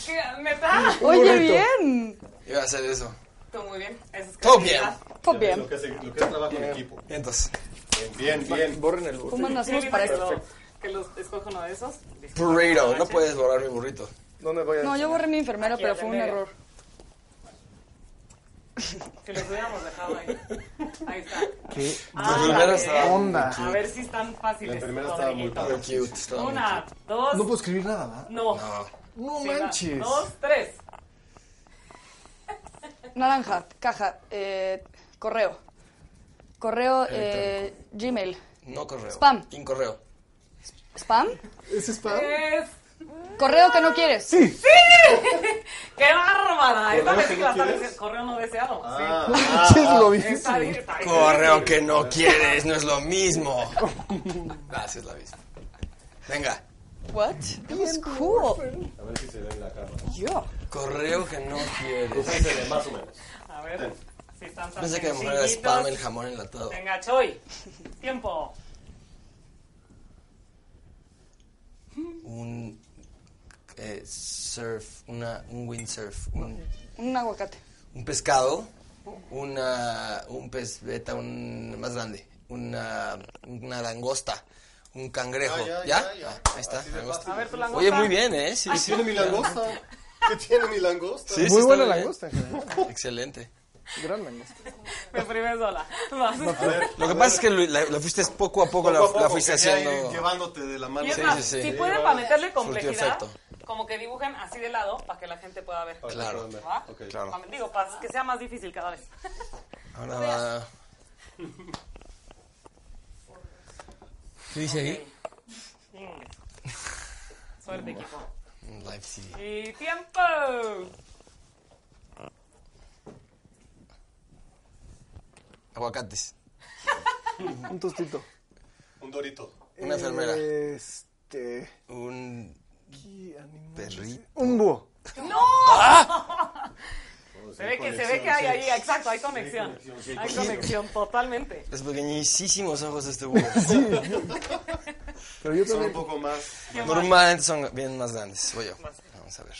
Speaker 1: ¿Qué? ¿Neta?
Speaker 3: Oye, bien.
Speaker 5: Iba a hacer eso.
Speaker 1: Tú muy bien. Eso es
Speaker 5: Todo
Speaker 1: creatividad.
Speaker 3: Pues
Speaker 2: Lo que
Speaker 3: bien.
Speaker 2: es, lo que es trabajo en equipo.
Speaker 5: Entonces,
Speaker 2: Bien, bien. bien.
Speaker 4: Borren el burro.
Speaker 3: ¿Cómo
Speaker 1: Sí,
Speaker 3: nacimos
Speaker 1: dice
Speaker 3: para
Speaker 1: que
Speaker 3: esto?
Speaker 1: lo- Que los escojo uno de esos.
Speaker 5: burrito. No puedes borrar mi burrito.
Speaker 4: ¿Dónde voy a
Speaker 3: No, yo borré mi enfermera,
Speaker 1: Aquí,
Speaker 3: pero
Speaker 1: al
Speaker 3: fue un
Speaker 1: medio.
Speaker 3: error.
Speaker 1: Si los hubiéramos dejado ahí. Ahí está.
Speaker 4: ¿Qué
Speaker 1: Ah,
Speaker 5: primero
Speaker 1: eh,
Speaker 5: estaba
Speaker 4: onda?
Speaker 1: A ver si están fáciles.
Speaker 2: La primera estaba muy
Speaker 1: Rodriguito.
Speaker 5: Muy pues,
Speaker 2: padre.
Speaker 5: cute. estaba muy
Speaker 1: Una, dos,
Speaker 4: No puedo escribir nada, ¿verdad?
Speaker 1: no.
Speaker 5: cute.
Speaker 4: No
Speaker 1: Sí, va.
Speaker 4: manches.
Speaker 1: Dos, tres.
Speaker 3: Naranja, caja, eh, correo. Correo, eh, Gmail.
Speaker 5: No, no correo.
Speaker 3: Spam.
Speaker 5: Incorreo.
Speaker 3: ¿Spam?
Speaker 4: ¿Es spam?
Speaker 1: Tres.
Speaker 3: ¿Correo que no quieres?
Speaker 4: Sí.
Speaker 1: ¡Qué bárbara! Esta
Speaker 2: ¿Correo que
Speaker 1: película
Speaker 2: no
Speaker 1: está
Speaker 2: quieres?
Speaker 1: dese- correo no deseado.
Speaker 2: Ah,
Speaker 4: Manches, lo
Speaker 1: sí. Está
Speaker 4: difícil.
Speaker 1: bien, está bien.
Speaker 5: Correo que no quieres, no es lo mismo. Gracias, la misma. Venga.
Speaker 3: What? That was cool.
Speaker 2: a ver si se ve en la cámara.
Speaker 3: Yeah.
Speaker 5: Correo que no
Speaker 2: Pues
Speaker 5: quieres.
Speaker 2: ahí se ve, más o menos.
Speaker 1: A ver. Si están tan
Speaker 5: Pensé que me era
Speaker 1: sencillitos.
Speaker 5: spam el jamón enlatado.
Speaker 1: Venga, Choy. Tiempo.
Speaker 5: un eh, surf, una, un windsurf, un,
Speaker 3: Un aguacate.
Speaker 5: un pescado, una, un pez beta, un más grande, una, una langosta, un cangrejo.
Speaker 2: Ah, ya,
Speaker 5: ¿Ya?
Speaker 2: ya, ya.
Speaker 5: Ah, ahí está,
Speaker 2: Así de
Speaker 5: langosta.
Speaker 1: A ver, tu langosta.
Speaker 5: Oye, muy bien, ¿eh? Sí, sí,
Speaker 2: tiene mi langosta? ¿Qué tiene mi langosta?
Speaker 5: sí, sí,
Speaker 4: Muy
Speaker 5: está
Speaker 4: buena
Speaker 5: bien.
Speaker 4: langosta, en general.
Speaker 5: Excelente.
Speaker 4: Gran langosta.
Speaker 1: Me primé sola. Vas.
Speaker 5: Lo que pasa es que lo, la- lo fuiste poco a poco,
Speaker 2: Poco
Speaker 5: la,
Speaker 2: a poco,
Speaker 5: la fuiste
Speaker 2: que ya ir
Speaker 5: haciendo.
Speaker 2: Llevándote de la mano.
Speaker 1: Y es
Speaker 5: Sí,
Speaker 1: más,
Speaker 5: sí, sí.
Speaker 1: si
Speaker 5: Sí,
Speaker 1: pueden, para meterle
Speaker 5: Surtió
Speaker 1: complejidad,
Speaker 5: efecto.
Speaker 1: como que dibujen así de lado para que la gente pueda ver.
Speaker 5: Claro, Ah,
Speaker 1: ¿Va?
Speaker 2: Ok.
Speaker 5: claro.
Speaker 1: Digo, para que sea más difícil cada vez.
Speaker 5: Ahora va. ¿Qué dice ahí?
Speaker 1: Mm. Suerte, equipo.
Speaker 5: Un Live CD.
Speaker 1: Y tiempo.
Speaker 5: Aguacates.
Speaker 4: Un tostito.
Speaker 2: Un dorito.
Speaker 5: Una enfermera.
Speaker 2: Eh,
Speaker 4: Este.
Speaker 5: Un
Speaker 4: animal?
Speaker 5: perrito.
Speaker 4: Un búho.
Speaker 1: ¡No!
Speaker 2: podemos
Speaker 1: Se
Speaker 2: decir.
Speaker 1: ve que, se ve
Speaker 2: conexión,
Speaker 1: que hay
Speaker 2: sí.
Speaker 1: ahí, exacto, hay conexión.
Speaker 2: conexión, sí, hay
Speaker 1: hay
Speaker 5: conexión.
Speaker 1: conexión, totalmente.
Speaker 5: Los pequeñísimos ojos de este búho.
Speaker 4: Pero yo
Speaker 2: Son un
Speaker 4: también,
Speaker 2: poco más.
Speaker 5: Normalmente son bien más grandes. Voy yo. Vamos a ver.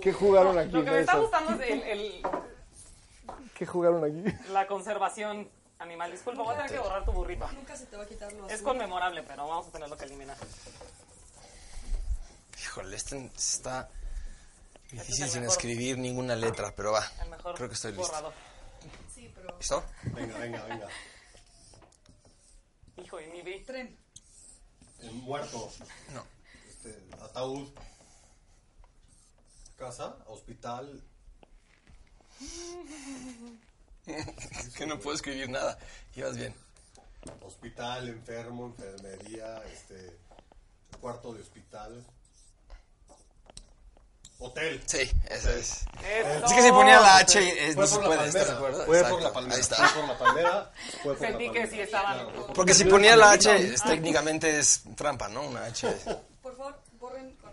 Speaker 4: ¿qué jugaron aquí?
Speaker 1: Lo que me
Speaker 4: Nadie
Speaker 1: está
Speaker 4: sabe.
Speaker 1: gustando es el- el-
Speaker 4: ¿Qué jugaron aquí?
Speaker 1: la conservación animal. Disculpa, voy a tener que borrar tu burrito.
Speaker 3: Nunca se te va a quitar lo
Speaker 1: Es conmemorable, pero vamos a tenerlo que eliminar.
Speaker 5: Híjole, este está difícil sin escribir ninguna letra, pero va.
Speaker 1: El mejor
Speaker 5: Creo que estoy listo.
Speaker 1: borrador.
Speaker 5: ¿Listo?
Speaker 2: Venga, venga, venga.
Speaker 1: Hijo de mi vi.
Speaker 3: Tren.
Speaker 2: El muerto.
Speaker 5: No.
Speaker 2: Este, ataúd. Casa, hospital.
Speaker 5: Es que no puedo escribir nada. Ibas bien.
Speaker 2: Hospital, enfermo, enfermería, este. Cuarto de hospital. Hotel.
Speaker 5: Sí, eso es.
Speaker 1: Eso.
Speaker 5: Es que si ponía la H, eh,
Speaker 2: Fue
Speaker 5: no se
Speaker 2: por la
Speaker 5: puede, ¿estás de
Speaker 2: palmera.
Speaker 5: acuerdo?
Speaker 2: Fue por
Speaker 5: Exacto,
Speaker 2: la palmera. Fue
Speaker 5: Ahí está.
Speaker 2: por la palmera. Fue por la
Speaker 1: Sentí que
Speaker 2: palmera.
Speaker 1: sí estaban.
Speaker 5: Porque si ponía la H, es- técnicamente es trampa, ¿no? Una H.
Speaker 3: Por favor, borren con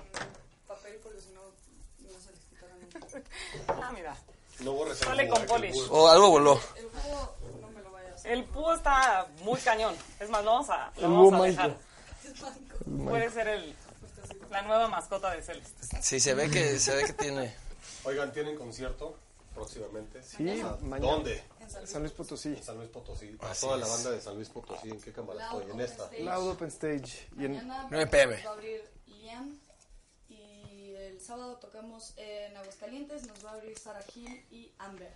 Speaker 3: papel porque si no, no se les quitará nunca.
Speaker 1: Ah, mira.
Speaker 2: No borres el
Speaker 1: Sale
Speaker 2: burro,
Speaker 1: con
Speaker 2: que el
Speaker 1: polish.
Speaker 2: burro-
Speaker 5: O algo voló.
Speaker 3: El jugo no me lo vayas.
Speaker 1: El púo está muy cañón. Es más, lo vamos a, lo
Speaker 4: El
Speaker 1: vamos
Speaker 4: búho
Speaker 1: a dejar.
Speaker 4: mágico.
Speaker 1: Puede ser el, la nueva mascota de Celeste.
Speaker 5: Sí, se ve que, se ve que tiene.
Speaker 2: Oigan, ¿tienen concierto próximamente?
Speaker 4: Sí,
Speaker 2: O sea,
Speaker 4: mañana.
Speaker 2: ¿Dónde?
Speaker 4: San Luis Potosí.
Speaker 2: En San Luis Potosí. A
Speaker 5: Así
Speaker 2: toda la
Speaker 5: es.
Speaker 2: banda de San Luis Potosí. ¿En qué cámara
Speaker 3: Loud
Speaker 2: estoy? En
Speaker 3: Open
Speaker 2: esta.
Speaker 3: Stage.
Speaker 4: Loud Open Stage. Y en-
Speaker 3: Mañana
Speaker 5: 9 pm.
Speaker 3: va a abrir Liam y el sábado tocamos en Aguascalientes, nos va a abrir Sara Gil y Amber.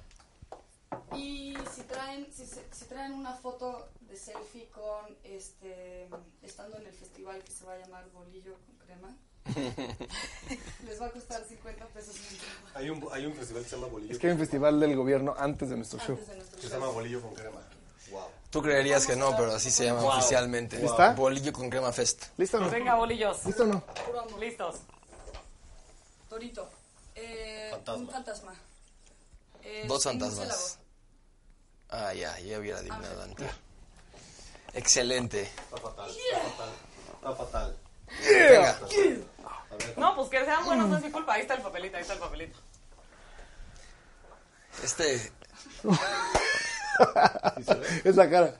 Speaker 3: Y si traen, si, se- si traen una foto de selfie con este estando en el festival que se va a llamar Bolillo con crema, les va a costar 50 pesos la entrada
Speaker 2: Hay un, hay un festival que se llama Bolillo.
Speaker 4: es que hay un festival del gobierno antes de nuestro show.
Speaker 3: antes de nuestro
Speaker 2: Que se
Speaker 3: show.
Speaker 2: llama Bolillo con crema. Wow.
Speaker 5: Tú creerías que no, pero así se llama oficialmente.
Speaker 4: ¿Lista?
Speaker 5: Bolillo con crema fest.
Speaker 4: ¿Listo o no?
Speaker 1: Venga, bolillos.
Speaker 4: ¿Listo o no?
Speaker 3: Puro amor.
Speaker 1: Listos.
Speaker 3: Torito. Eh,
Speaker 2: Fantasma.
Speaker 3: Un fantasma. Eh,
Speaker 5: Dos
Speaker 3: un
Speaker 5: fantasmas.
Speaker 3: murciélago.
Speaker 5: Ah, ya, ya hubiera adivinado antes. Excelente.
Speaker 2: Está fatal. Está fatal. Está fatal.
Speaker 5: Venga,
Speaker 1: No, pues que sean buenos no es mi culpa. Ahí está el papelito, ahí está el papelito.
Speaker 5: este.
Speaker 4: Es la cara.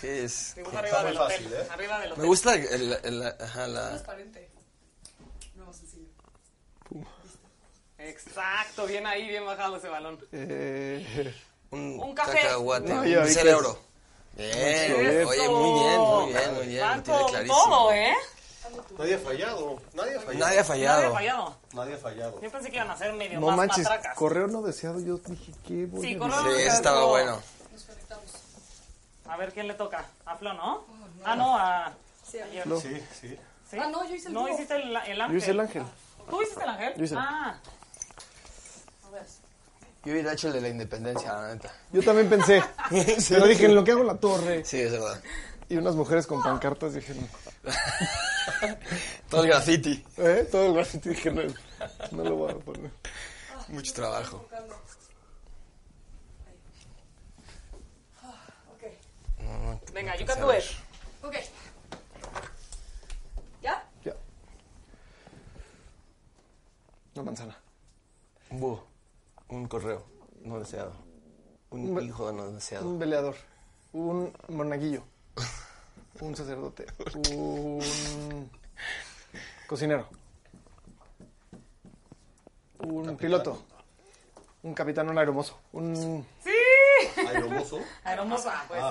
Speaker 5: ¿Qué es?
Speaker 1: Dibuja arriba
Speaker 2: muy
Speaker 1: del hotel.
Speaker 2: fácil, ¿eh?
Speaker 1: Arriba del
Speaker 5: Me
Speaker 1: hotel.
Speaker 5: gusta el, el- ajá, la.
Speaker 3: Transparente. No, sencillo.
Speaker 1: Exacto, bien ahí, bien bajado ese balón.
Speaker 4: Eh,
Speaker 5: Un,
Speaker 1: Un café.
Speaker 5: cacahuate,
Speaker 4: No, ya
Speaker 5: un
Speaker 4: vi que
Speaker 5: cerebro. Bien,
Speaker 1: Eso.
Speaker 5: oye, muy bien, muy bien, muy bien.
Speaker 1: Van
Speaker 5: Lo tiene
Speaker 1: con
Speaker 5: clarísimo.
Speaker 1: todo, ¿eh?
Speaker 2: Nadie ha fallado. Nadie ha fallado.
Speaker 5: Nadie ha
Speaker 1: Nadie ha
Speaker 5: fallado.
Speaker 1: fallado.
Speaker 2: Nadie ha fallado.
Speaker 1: Yo pensé que iban a ser medio
Speaker 4: no
Speaker 1: más
Speaker 4: manches,
Speaker 1: matracas.
Speaker 4: correo no deseado. Yo dije, ¿qué voy
Speaker 1: Sí,
Speaker 4: a
Speaker 1: correo.
Speaker 5: Sí, ese estaba bueno.
Speaker 3: Nos conectamos.
Speaker 1: A ver quién le toca. A Flo, ¿no? Ah, no, a.
Speaker 3: Sí, a mí.
Speaker 1: ayer.
Speaker 2: Sí, sí.
Speaker 1: ¿Sí?
Speaker 3: Ah, no, yo hice el
Speaker 1: No
Speaker 3: dúo.
Speaker 1: hiciste el, el ángel.
Speaker 4: Yo hice el ángel.
Speaker 1: ¿Tú hiciste el ángel?
Speaker 4: Yo hice el-
Speaker 1: Ah,
Speaker 3: A ver.
Speaker 5: Yo hubiera hecho el de la independencia, la neta.
Speaker 4: Yo también pensé. Pero dije, en lo que hago la torre.
Speaker 5: Sí, es verdad.
Speaker 4: Y unas mujeres con pancartas dije, no.
Speaker 5: Todo el graffiti.
Speaker 4: ¿Eh? Todo el graffiti dije, no, no lo voy a poner.
Speaker 5: Mucho trabajo.
Speaker 3: Tocando. Ahí. Ah, Ok.
Speaker 1: venga, you can do it.
Speaker 3: Ok. ¿Ya?
Speaker 4: Ya. Una manzana.
Speaker 5: Un búho. Un correo no deseado. Un
Speaker 4: Un-
Speaker 5: hijo no deseado.
Speaker 1: Mm.
Speaker 4: Un veleador. Un monaguillo. Un sacerdote. Un cocinero. Un piloto. Un capitán, un aeromozo. Un...
Speaker 2: Aeromoso.
Speaker 1: Hermosa, pues.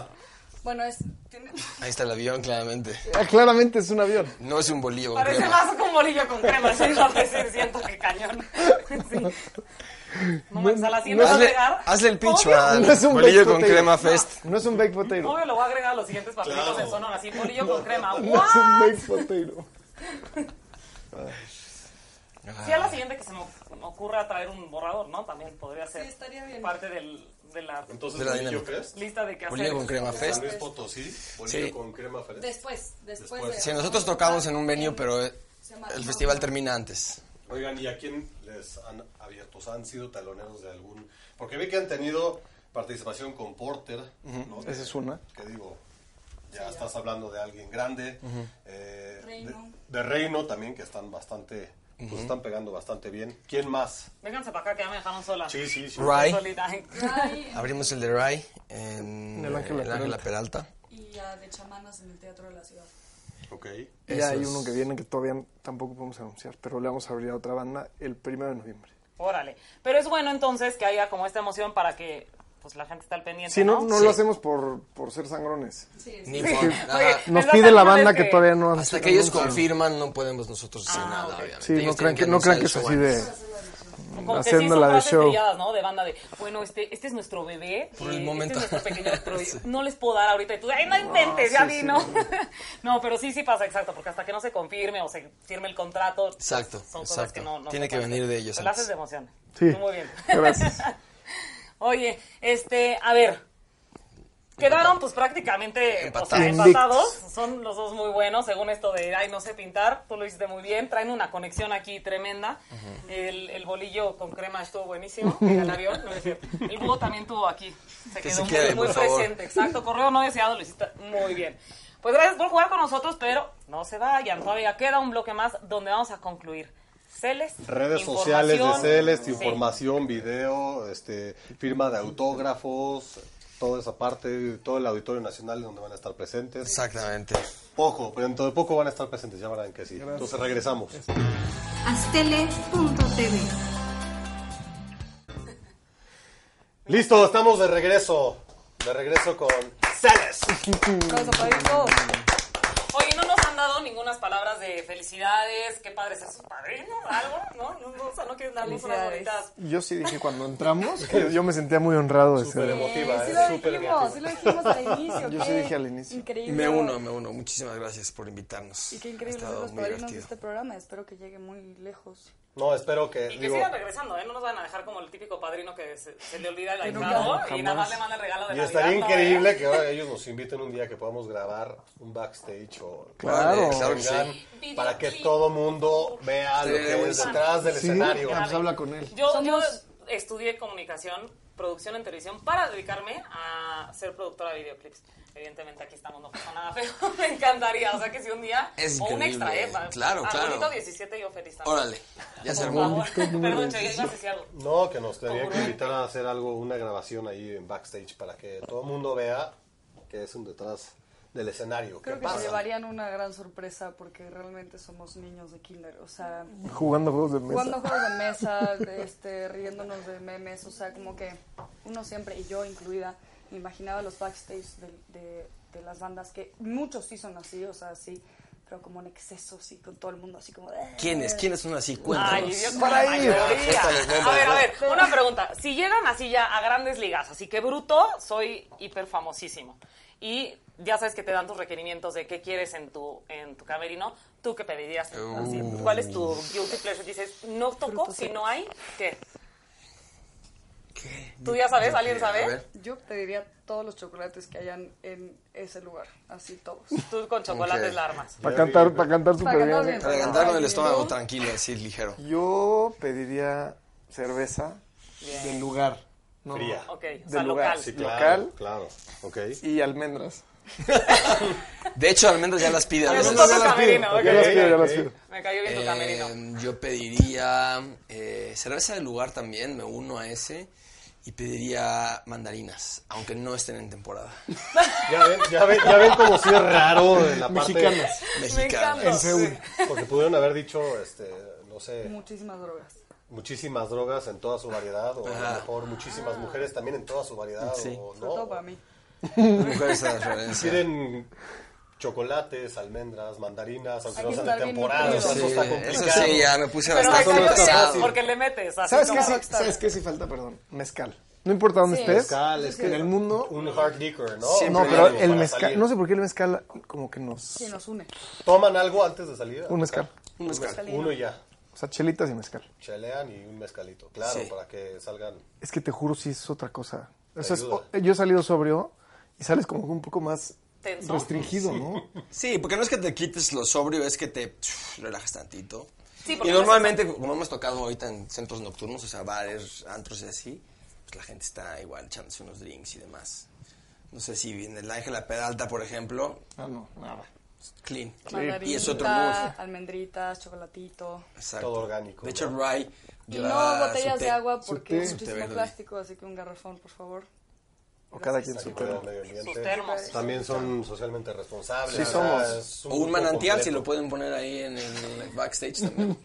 Speaker 3: Bueno, es. Tiene...
Speaker 5: Ahí está el avión, claramente.
Speaker 4: Ah, claramente es un avión.
Speaker 5: No es un bolillo con
Speaker 1: Parece
Speaker 5: crema.
Speaker 1: vaso con bolillo con crema. Sí, no sé si siento que cañón. Sí. No me a la siguiente voy a
Speaker 5: Hazle,
Speaker 1: agregar.
Speaker 5: hazle el pitch
Speaker 1: Obvio,
Speaker 5: al
Speaker 4: No es un
Speaker 5: bolillo
Speaker 4: baked
Speaker 5: con
Speaker 4: potato.
Speaker 5: crema fest.
Speaker 4: No es un baked potato.
Speaker 1: obvio lo voy a agregar a los siguientes papelitos
Speaker 2: Claro.
Speaker 1: en Sonora. Así, bolillo con crema.
Speaker 4: No es un
Speaker 1: ¡Wow!
Speaker 4: baked potato.
Speaker 1: Sí, a la siguiente que se me me ocurra traer un borrador, ¿no? También podría ser
Speaker 3: Sí, estaría bien.
Speaker 1: parte del, de la
Speaker 2: Entonces,
Speaker 5: De la
Speaker 2: Bolillo
Speaker 5: dinámica.
Speaker 2: Fest.
Speaker 1: lista de qué hacer.
Speaker 5: Bolillo con crema
Speaker 2: San
Speaker 5: fest.
Speaker 2: Luis Potosí. Bolillo
Speaker 5: Sí.
Speaker 2: con crema fresca.
Speaker 3: Después, después.
Speaker 2: Después.
Speaker 3: de-
Speaker 5: Si nosotros tocamos en un venue, pero el festival termina antes.
Speaker 2: Oigan, ¿y a quién les han abierto? O sea, ¿Han sido taloneros de algún...? Porque vi que han tenido participación con Porter, ¿no?
Speaker 4: Esa es una.
Speaker 2: Que digo, ya estás hablando de alguien grande. eh,
Speaker 3: Reino.
Speaker 2: De, de Reino también, que están bastante Nos están pegando bastante bien. ¿Quién más?
Speaker 1: Vénganse para acá que ya me dejaron sola.
Speaker 2: Sí, sí, sí.
Speaker 5: Rai.
Speaker 1: Solita. Ay,
Speaker 5: Abrimos el de Rai en,
Speaker 4: En el Ángel La
Speaker 5: el Ángel La Peralta.
Speaker 3: Y a de chamanas en el Teatro de la Ciudad.
Speaker 2: Ok.
Speaker 4: Y hay
Speaker 5: Esos.
Speaker 4: uno que viene que todavía tampoco podemos anunciar, pero le vamos a abrir a otra banda el primero de noviembre.
Speaker 1: Órale. Pero es bueno entonces que haya como esta emoción para que pues la gente esté al pendiente,
Speaker 4: Si no,
Speaker 1: ¿no?
Speaker 4: no lo hacemos por, por ser sangrones.
Speaker 5: Ni por-
Speaker 1: Oye,
Speaker 5: nada.
Speaker 1: es
Speaker 4: Nos
Speaker 1: la
Speaker 4: pide la
Speaker 1: primera
Speaker 4: banda
Speaker 1: vez
Speaker 4: que todavía no han-
Speaker 5: Hasta que ellos
Speaker 4: anuncian.
Speaker 5: confirman, no podemos nosotros decir
Speaker 1: Ah,
Speaker 5: nada,
Speaker 1: ok.
Speaker 5: obviamente.
Speaker 4: Sí, no
Speaker 5: Ellos
Speaker 4: crean
Speaker 5: tienen
Speaker 4: que, no crean que es
Speaker 5: anunciar
Speaker 4: así
Speaker 5: el
Speaker 4: de...
Speaker 1: Como que
Speaker 5: show
Speaker 1: sí son
Speaker 4: haciéndola de
Speaker 1: frases
Speaker 4: show.
Speaker 1: trilladas, ¿no? De banda de, bueno, este, este es nuestro bebé.
Speaker 5: Por
Speaker 1: eh,
Speaker 5: el momento.
Speaker 1: Este es nuestro pequeño proy-
Speaker 5: Sí.
Speaker 1: No les puedo dar ahorita. Y tú, ay, no intentes,
Speaker 4: Ah, sí,
Speaker 1: ya vi,
Speaker 4: sí,
Speaker 1: ¿no?
Speaker 4: no.
Speaker 1: no, pero sí, sí pasa, exacto. Porque hasta que no se confirme o se firme el contrato. pues,
Speaker 5: Exacto,
Speaker 1: Son cosas
Speaker 5: exacto.
Speaker 1: que no, no
Speaker 5: Tiene
Speaker 1: se
Speaker 5: que
Speaker 1: pueden
Speaker 5: venir
Speaker 1: hacer.
Speaker 5: de ellos
Speaker 1: Pero lo
Speaker 5: antes.
Speaker 1: haces de emoción.
Speaker 4: Sí.
Speaker 1: Tú Muy bien.
Speaker 4: Gracias.
Speaker 1: Oye, este, a ver. Quedaron pues prácticamente o sea,
Speaker 5: Empatados.
Speaker 1: empatados. Son los dos muy buenos, según esto de, ay, no sé pintar, tú lo hiciste muy bien, traen una conexión aquí tremenda. el, el bolillo con crema estuvo buenísimo, el avión, no es cierto. El búho también tuvo aquí, se
Speaker 5: Que
Speaker 1: quedó
Speaker 5: se
Speaker 1: muy,
Speaker 5: quede,
Speaker 1: muy
Speaker 5: por favor.
Speaker 1: presente, exacto. Correo no deseado, lo hiciste muy bien. Pues gracias por jugar con nosotros, pero no se vayan, todavía queda un bloque más donde vamos a concluir. Celes,
Speaker 2: Redes sociales de
Speaker 1: información.
Speaker 2: Celeste,
Speaker 1: Sí.
Speaker 2: información, video, este, firma de autógrafos, toda esa parte, todo el Auditorio Nacional donde van a estar presentes.
Speaker 5: Exactamente.
Speaker 2: Poco, pero dentro de poco van a estar presentes, ya verán que sí. Entonces regresamos.
Speaker 6: Astele.tv.
Speaker 2: Listo, estamos de regreso. De regreso con Celes.
Speaker 1: Oye, no nos han dado ningunas palabras de felicidades, qué padre ser sus padrinos, algo, ¿no? No, no, o sea, no quieren darnos unas
Speaker 3: Felicidades.
Speaker 1: bonitas.
Speaker 4: Yo sí dije cuando entramos, que yo me sentía muy honrado de
Speaker 2: Súper
Speaker 4: ser...
Speaker 2: emotiva,
Speaker 7: Sí
Speaker 2: ¿eh?
Speaker 7: lo
Speaker 2: Súper
Speaker 7: dijimos, sí lo
Speaker 2: emotiva.
Speaker 7: dijimos al inicio.
Speaker 4: Yo sí
Speaker 7: qué
Speaker 4: dije al inicio.
Speaker 7: Increíble.
Speaker 5: Me uno, me uno. Muchísimas gracias por invitarnos.
Speaker 7: Y qué
Speaker 5: Ha
Speaker 7: increíble ser
Speaker 5: estado
Speaker 7: los
Speaker 5: muy
Speaker 7: padrinos de
Speaker 5: divertido.
Speaker 7: este programa. Espero que llegue muy lejos.
Speaker 2: No, espero que...
Speaker 1: Y que
Speaker 2: digo,
Speaker 1: sigan regresando, ¿eh? No nos van a dejar como el típico padrino que se, se le olvida el ahijado y nada más le manda el regalo de
Speaker 2: y
Speaker 1: Navidad.
Speaker 2: estaría
Speaker 1: ¿no,
Speaker 2: increíble
Speaker 1: eh?
Speaker 2: que ahora ellos nos inviten un día que podamos grabar un backstage o
Speaker 4: Claro.
Speaker 5: Vale, claro que
Speaker 2: Oigan,
Speaker 5: sí.
Speaker 2: para que todo mundo vea lo que es detrás del
Speaker 4: Sí,
Speaker 2: escenario.
Speaker 4: pues habla con él.
Speaker 1: Yo, yo
Speaker 7: Somos-
Speaker 1: estudié comunicación, producción en televisión para dedicarme a ser productora de videoclips. Evidentemente aquí estamos, no pasa nada, pero me encantaría. O sea que si un día.
Speaker 5: Es
Speaker 1: o un
Speaker 5: increíble.
Speaker 1: extra, ¿eh? Pa-
Speaker 5: Claro,
Speaker 1: a
Speaker 5: claro.
Speaker 1: Bonito 17 yo feliz también.
Speaker 5: Órale, ya
Speaker 1: Por
Speaker 5: se armó.
Speaker 1: favor. Perdón, Choy, ibas a decir algo.
Speaker 2: No, que nos tenían que invitar a hacer algo, una grabación ahí en backstage para que todo el mundo vea que es un detrás del escenario.
Speaker 3: Creo
Speaker 2: ¿Qué
Speaker 3: que se
Speaker 2: pasa?
Speaker 3: llevarían una gran sorpresa porque realmente somos niños de kinder. O sea,
Speaker 4: Jugando juegos de
Speaker 3: jugando
Speaker 4: mesa.
Speaker 3: juegos de mesa, de, este, riéndonos de memes. O sea, como que uno siempre, y yo incluida, me imaginaba los backstage del- de, de las bandas que muchos sí son así, o sea, sí, pero como en exceso, sí, con todo el mundo así como... "Eh".
Speaker 5: ¿Quién es? ¿Quién es uno así?
Speaker 1: Ay,
Speaker 5: Cuéntanos.
Speaker 1: Dios,
Speaker 4: Para
Speaker 1: la
Speaker 4: ir.
Speaker 1: mayoría.
Speaker 2: Cuéntanos,
Speaker 1: A
Speaker 2: nombres,
Speaker 1: ver, a
Speaker 2: ¿no?
Speaker 1: ver, una pregunta. Si llegan así ya a grandes ligas, así que bruto, soy hiper famosísimo. Y ya sabes que te dan tus requerimientos de qué quieres en tu, en tu camerino. ¿Tú qué pedirías? Así, ¿Cuál es tu guilty pleasure? Dices, no toco si no hay, ¿qué?
Speaker 5: ¿Qué?
Speaker 1: ¿Tú ya sabes?
Speaker 5: Yo
Speaker 1: ¿Alguien
Speaker 5: qué, a
Speaker 1: sabe?
Speaker 5: ver.
Speaker 3: Yo pediría todos los chocolates que hayan en ese lugar, así todos.
Speaker 1: Tú con chocolates
Speaker 5: Ok.
Speaker 1: la armas.
Speaker 4: Para cantar, para cantar súper
Speaker 3: cantar
Speaker 4: bien.
Speaker 3: bien.
Speaker 5: Para cantar con el estómago tranquilo, así ligero.
Speaker 4: Yo pediría cerveza del lugar. No,
Speaker 2: Fría.
Speaker 1: Ok, o
Speaker 4: Del
Speaker 1: sea,
Speaker 4: lugar,
Speaker 1: local.
Speaker 2: Sí,
Speaker 4: Local.
Speaker 2: claro, claro. Ok.
Speaker 4: Y almendras.
Speaker 5: De hecho, almendras ya las pide.
Speaker 1: Almendras ya
Speaker 5: Almendras ya
Speaker 1: las pide.
Speaker 5: pide.
Speaker 1: Camerino,
Speaker 4: Ya las quiero, ya las
Speaker 2: ok.
Speaker 4: quiero.
Speaker 1: Me cayó bien tu camerino.
Speaker 5: Eh, yo pediría eh, cerveza del lugar también, me uno a ese. Y pediría mandarinas, aunque no estén en temporada.
Speaker 2: Ya ven, ya ven, ya ven como si es raro en la parte...
Speaker 4: Mexicanas.
Speaker 1: encanta. En
Speaker 5: Mexicanas.
Speaker 1: Seúl.
Speaker 2: Porque pudieron haber dicho, este, no sé,
Speaker 3: Muchísimas drogas.
Speaker 2: muchísimas drogas en toda su variedad, o a
Speaker 5: Ajá.
Speaker 2: lo mejor muchísimas mujeres también en toda su variedad,
Speaker 5: Sí.
Speaker 2: o
Speaker 3: Sobre todo para
Speaker 2: no.
Speaker 3: mí.
Speaker 5: Mujeres a la referencia.
Speaker 2: Piden chocolates, almendras, mandarinas, aunque
Speaker 3: Hay
Speaker 2: no
Speaker 3: que
Speaker 2: sean de
Speaker 3: estar bien
Speaker 2: temporada, o sea,
Speaker 5: Sí,
Speaker 2: eso está
Speaker 5: eso
Speaker 2: complicado.
Speaker 5: sí, ya me puse
Speaker 1: Pero me
Speaker 5: bastante
Speaker 1: cayó
Speaker 5: pesado.
Speaker 1: bien porque le metes. Así
Speaker 4: ¿Sabes
Speaker 1: como
Speaker 4: qué, sí,
Speaker 1: rockstar.
Speaker 4: ¿Sabes qué sí falta? Perdón. Mezcal. No importa dónde estés.
Speaker 2: Mezcal, es que-
Speaker 4: en el mundo.
Speaker 2: Un hard liquor, ¿no?
Speaker 5: Siempre
Speaker 4: No, pero
Speaker 2: Para
Speaker 4: el mezcal.
Speaker 2: salir.
Speaker 4: No sé por qué el mezcal como que nos.
Speaker 3: Sí, nos une.
Speaker 2: ¿Toman algo antes de salir?
Speaker 4: Un mezcal.
Speaker 5: Un mezcal.
Speaker 2: Uno y ya.
Speaker 4: O sea, chelitas y mezcal.
Speaker 2: Chelean y un mezcalito. Claro,
Speaker 5: Sí.
Speaker 2: para que salgan.
Speaker 4: Es que te juro, sí es otra cosa. O sea, es-
Speaker 2: ayuda.
Speaker 4: o- yo he salido sobrio y sales como un poco más
Speaker 1: Tenso.
Speaker 4: restringido, ¿no?
Speaker 5: Sí, porque no es que te quites lo sobrio, es que te pf, relajas tantito.
Speaker 1: Sí, porque
Speaker 5: y
Speaker 1: no es
Speaker 5: normalmente, como hemos tocado ahorita en centros nocturnos, o sea, bares, antros y así, pues la gente está igual echándose unos drinks y demás. No sé si en el Ángel La Peralta, por ejemplo,
Speaker 4: Ah, no, nada.
Speaker 5: clean.
Speaker 8: Mandarina,
Speaker 5: Y es otro mood.
Speaker 8: almendritas, chocolatito.
Speaker 5: Exacto.
Speaker 2: Todo orgánico,
Speaker 5: De hecho, Rye
Speaker 8: Y
Speaker 5: lleva
Speaker 8: no
Speaker 5: su
Speaker 8: botellas
Speaker 5: té.
Speaker 8: de agua
Speaker 4: su té.
Speaker 8: porque es
Speaker 4: Su té
Speaker 8: muchísimo
Speaker 5: verde.
Speaker 8: plástico, así que un garrafón, por favor.
Speaker 4: O cada quien
Speaker 2: Aquí
Speaker 4: su
Speaker 2: para
Speaker 4: tema.
Speaker 2: el medio ambiente.
Speaker 1: Sus termos.
Speaker 2: También son socialmente responsables.
Speaker 4: Sí
Speaker 2: o sea,
Speaker 4: somos.
Speaker 2: es
Speaker 5: O un manantial,
Speaker 2: grupo
Speaker 5: si lo
Speaker 2: completo.
Speaker 5: pueden poner ahí en el backstage también.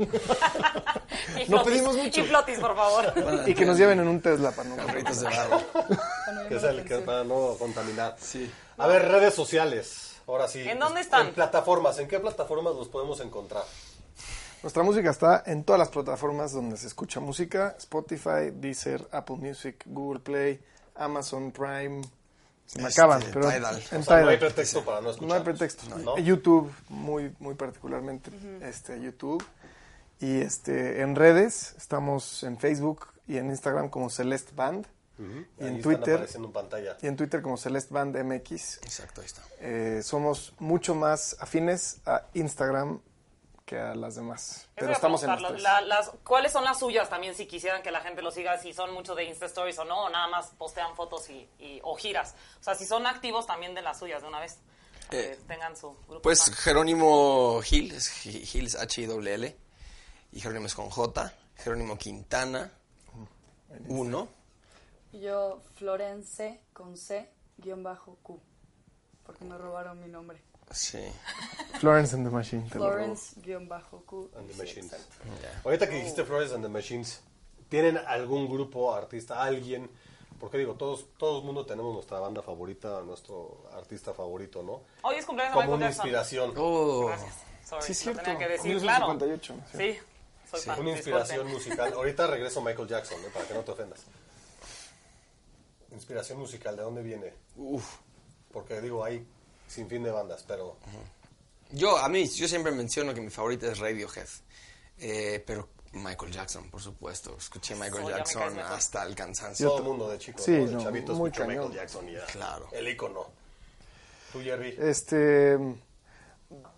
Speaker 1: Y
Speaker 4: No
Speaker 1: flotis,
Speaker 4: pedimos mucho.
Speaker 1: Y flotis, por favor.
Speaker 4: Y que nos lleven en un Tesla para no.
Speaker 5: Carritos de barro.
Speaker 8: Bueno,
Speaker 2: Que
Speaker 8: llamó
Speaker 2: es
Speaker 8: la
Speaker 2: el que
Speaker 8: atención.
Speaker 2: para no contaminar.
Speaker 5: Sí.
Speaker 2: A ver, redes sociales. Ahora sí.
Speaker 1: ¿En dónde están?
Speaker 2: En plataformas. ¿En qué plataformas los podemos encontrar?
Speaker 4: Nuestra música está en todas las plataformas donde se escucha música: Spotify, Deezer, Apple Music, Google Play, Amazon Prime. Se me
Speaker 5: Este,
Speaker 4: acaban, pero
Speaker 5: Tidal.
Speaker 4: en
Speaker 2: O sea, no hay
Speaker 4: Tidal.
Speaker 2: pretexto para no escuchar.
Speaker 4: No hay pretexto.
Speaker 2: ¿No?
Speaker 4: YouTube, muy, muy particularmente este, YouTube. Y este, en redes, estamos en Facebook y en Instagram como Celeste Band. Y
Speaker 2: Ahí
Speaker 4: en
Speaker 2: están
Speaker 4: Twitter.
Speaker 2: apareciendo en pantalla.
Speaker 4: Y en Twitter como Celeste Band MX.
Speaker 5: Exacto, ahí está.
Speaker 4: Eh, somos mucho más afines a Instagram que a las demás.
Speaker 1: Eso
Speaker 4: Pero
Speaker 1: iba a
Speaker 4: estamos en las
Speaker 1: preguntar,
Speaker 4: tres.
Speaker 1: la- las- ¿Cuáles son las suyas también si quisieran que la gente lo siga? Si son mucho de Insta Stories o no, o nada más postean fotos y, y- o giras. O sea, si son activos también de las suyas de una vez. para
Speaker 5: Eh,
Speaker 1: que tengan su grupo.
Speaker 5: Pues
Speaker 1: fan.
Speaker 5: Jerónimo Gil, es G- Gil es H-I-L-L, y Jerónimo es con J, Jerónimo Quintana, uno,
Speaker 3: Y yo, Florence con C, guión bajo Q. Porque me robaron mi nombre.
Speaker 5: sí,
Speaker 4: Florence and the Machine. te lo robo.
Speaker 3: Florence, guión bajo Q.
Speaker 2: And the
Speaker 3: Sí,
Speaker 2: Machines.
Speaker 3: exacto.
Speaker 2: Ahorita que dijiste Flores and the Machines, ¿tienen algún grupo, artista, alguien? Porque digo, todos, todo el mundo tenemos nuestra banda favorita, nuestro artista favorito, ¿no?
Speaker 1: Hoy es cumpleaños de
Speaker 2: Como
Speaker 1: Michael
Speaker 2: una
Speaker 1: Jackson.
Speaker 2: inspiración.
Speaker 4: Uh,
Speaker 1: Gracias. Sorry,
Speaker 4: Sí, es
Speaker 1: lo
Speaker 4: cierto.
Speaker 1: tenía que decir, claro.
Speaker 4: 1958. sí.
Speaker 1: Sí, soy fan.
Speaker 2: Una inspiración
Speaker 1: disculpen.
Speaker 2: musical. Ahorita regreso a Michael Jackson, ¿eh? para que no te ofendas. Inspiración musical, ¿de dónde viene?
Speaker 5: uf.
Speaker 2: Porque digo, hay sin fin de bandas, pero
Speaker 5: Yo, a mí, yo siempre menciono que mi favorita es Radiohead, eh, pero Michael Jackson, por supuesto, escuché Michael
Speaker 1: Eso, ya me caes
Speaker 5: Jackson
Speaker 1: mejor.
Speaker 5: hasta el cansancio.
Speaker 2: todo el mundo de chicos,
Speaker 4: Sí,
Speaker 2: ¿no? de
Speaker 4: no,
Speaker 2: chavitos,
Speaker 4: muy
Speaker 2: escuchó
Speaker 4: cañón.
Speaker 2: Michael Jackson y era
Speaker 5: Claro.
Speaker 2: el ícono. Tú, Jerry.
Speaker 4: Este,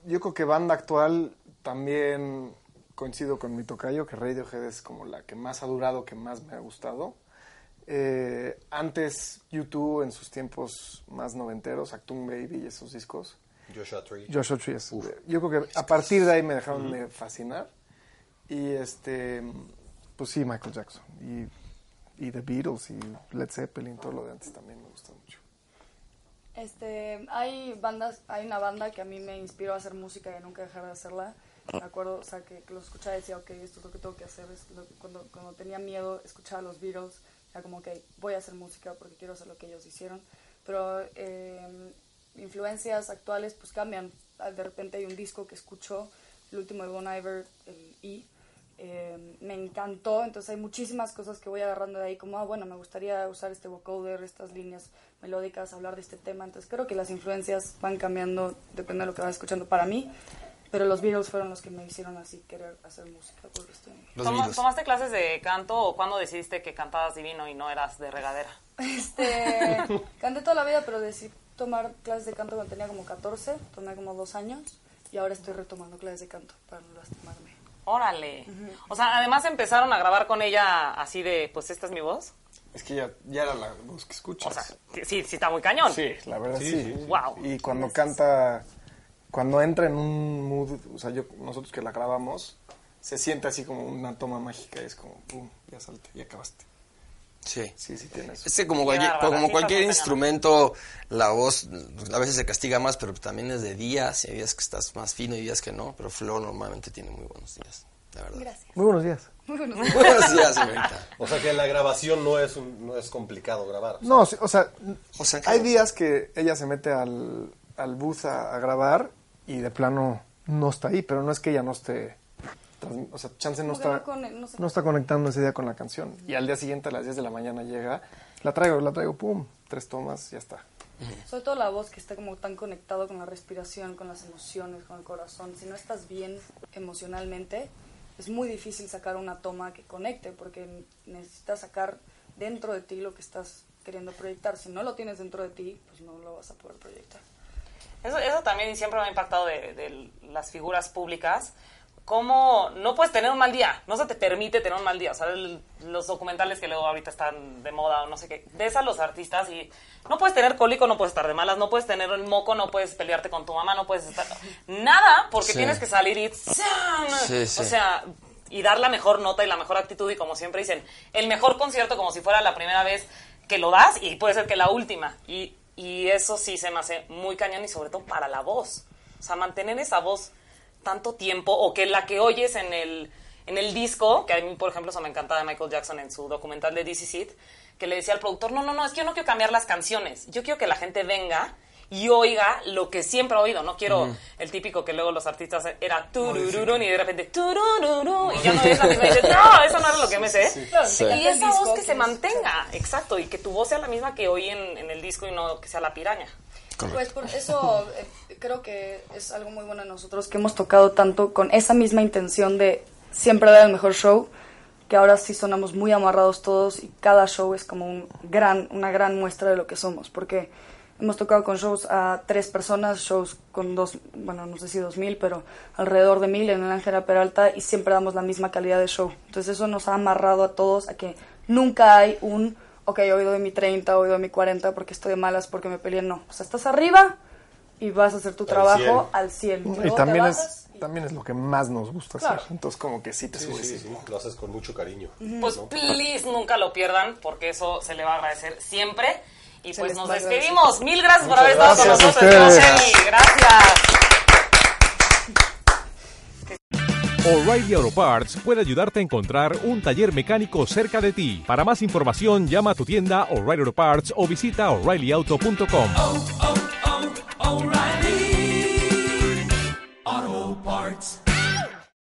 Speaker 4: yo creo que banda actual también coincido con mi tocayo, que Radiohead es como la que más ha durado, que más me ha gustado. Eh, antes, YouTube en sus tiempos más noventeros, Actum Baby y esos discos.
Speaker 2: Joshua Tree.
Speaker 4: Joshua Tree es- Yo creo que a partir de ahí me dejaron de fascinar. Y este, pues sí, Michael Jackson. Y, y The Beatles y Led Zeppelin, todo lo de antes también me gusta mucho.
Speaker 3: Este, hay bandas, hay una banda que a mí me inspiró a hacer música y a nunca dejar de hacerla. Me acuerdo, o sea, que que lo escuchaba y decía, ok, esto es lo que tengo que hacer. Es lo- cuando, cuando tenía miedo, escuchaba a los Beatles, era como, ok, voy a hacer música porque quiero hacer lo que ellos hicieron. Pero eh, influencias actuales, pues cambian. Ah, De repente hay un disco que escucho, el último de Bon Iver, el E, eh, me encantó, entonces hay muchísimas cosas que voy agarrando de ahí, como, ah, bueno, me gustaría usar este vocoder, estas líneas melódicas, hablar de este tema, entonces creo que las influencias van cambiando, depende de lo que vas escuchando para mí, pero los Beatles fueron los que me hicieron así querer hacer música por este esto.
Speaker 5: Los
Speaker 1: Toma-
Speaker 5: Beatles.
Speaker 1: ¿Tomaste clases de canto o cuándo decidiste que cantabas divino y no eras de regadera?
Speaker 3: Este, canté toda la vida, pero decidí tomar clases de canto cuando tenía como 14, tomé como dos años, y ahora estoy retomando clases de canto para no lastimarme.
Speaker 1: Órale. O sea, además empezaron a grabar con ella así de, pues esta es mi voz.
Speaker 4: Es que ya, ya era la voz que escuchas.
Speaker 1: O sea, sí, sí está muy cañón.
Speaker 4: Sí, la verdad sí.
Speaker 1: Wow.
Speaker 4: Y cuando canta, cuando entra en un mood, o sea, yo, nosotros que la grabamos, se siente así como una toma mágica, es como, pum, ya salte, ya acabaste.
Speaker 5: Sí.
Speaker 4: Sí, sí tiene eso.
Speaker 5: Es que como cualquier,
Speaker 1: bárbaro,
Speaker 5: como
Speaker 1: sí,
Speaker 5: cualquier
Speaker 1: está muy
Speaker 5: instrumento, la voz a veces se castiga más, pero también es de días. y hay días que estás más fino y días que no. Pero Flo normalmente tiene muy buenos días, la verdad.
Speaker 3: Gracias.
Speaker 4: Muy buenos días.
Speaker 5: Buenos días, señorita.
Speaker 2: O sea que la grabación no es, un- no es complicado grabar.
Speaker 4: Pues No, sí, o sea,
Speaker 5: O sea, que-
Speaker 4: hay días que ella se mete al, al bus a, a grabar y de plano no está ahí, pero no es que ella no esté, trans- o sea, Chance no
Speaker 3: Como que no
Speaker 4: está,
Speaker 3: cone- no se-
Speaker 4: no está conectando ese día con la canción. Y al día siguiente a las 10 de la mañana llega, la traigo, la traigo, pum, tres tomas, ya está.
Speaker 3: Sobre todo la voz que está como tan conectado con la respiración, con las emociones, con el corazón. Si no estás bien emocionalmente, es muy difícil sacar una toma que conecte porque necesitas sacar dentro de ti lo que estás queriendo proyectar. Si no lo tienes dentro de ti, pues no lo vas a poder proyectar.
Speaker 1: Eso, eso también siempre me ha impactado de, de las figuras públicas. cómo no puedes tener un mal día, no se te permite tener un mal día. O sea, el- los documentales que luego ahorita están de moda o no sé qué, ves a los artistas y no puedes tener cólico, no puedes estar de malas, no puedes tener el moco, no puedes pelearte con tu mamá, no puedes estar... Nada, porque
Speaker 5: Sí.
Speaker 1: tienes que salir y... ¡tsan!
Speaker 5: Sí, sí.
Speaker 1: O sea, y dar la mejor nota y la mejor actitud y como siempre dicen, el mejor concierto como si fuera la primera vez que lo das y puede ser que la última. Y, y eso sí se me hace muy cañón y sobre todo para la voz. O sea, mantener esa voz tanto tiempo o que la que oyes en el, en el disco, que a mí por ejemplo eso me encanta de Michael Jackson en su documental de This Is It, que le decía al productor, no, no, no, es que yo no quiero cambiar las canciones, yo quiero que la gente venga y oiga lo que siempre ha oído, no quiero el típico que luego los artistas era turururun y de repente turururú y ya no es la misma y dices, no, eso no era lo que me sé.
Speaker 5: Sí.
Speaker 1: Y esa
Speaker 3: disco,
Speaker 1: voz que
Speaker 3: que
Speaker 1: se
Speaker 3: es-
Speaker 1: mantenga, exacto, y que tu voz sea la misma que oí en, en el disco y no que sea la piraña.
Speaker 3: Pues por eso eh, creo que es algo muy bueno de nosotros que hemos tocado tanto con esa misma intención de siempre dar el mejor show, que ahora sí sonamos muy amarrados todos y cada show es como un gran, una gran muestra de lo que somos, porque hemos tocado con shows a tres personas, shows con dos, bueno, no sé si dos mil, pero alrededor de mil en el Ángela Peralta y siempre damos la misma calidad de show. Entonces eso nos ha amarrado a todos a que nunca hay un ok, hoy doy mi 30, hoy doy mi 40 porque estoy de malas, porque me peleé. No, o sea, estás arriba y vas a hacer tu trabajo
Speaker 2: 100.
Speaker 3: al 100.
Speaker 4: Y
Speaker 3: Luego te
Speaker 4: también es,
Speaker 3: bajas y-
Speaker 4: también es lo que más nos gusta
Speaker 3: Claro.
Speaker 4: hacer. Entonces, como que sí te
Speaker 2: Sí,
Speaker 4: subes.
Speaker 2: sí, sí, lo haces con mucho cariño.
Speaker 1: Pues please nunca lo pierdan porque eso se le va a agradecer siempre. Y
Speaker 3: Se
Speaker 1: pues
Speaker 3: les
Speaker 1: nos
Speaker 3: va a agradecer.
Speaker 1: despedimos. Mil gracias por haber estado con
Speaker 4: gracias a
Speaker 1: nosotros.
Speaker 4: ustedes.
Speaker 1: Roseli. Gracias.
Speaker 9: O'Reilly Auto Parts puede ayudarte a encontrar un taller mecánico cerca de ti. Para más información, llama a tu tienda O'Reilly Auto Parts o visita oreillyauto.com.
Speaker 10: oh,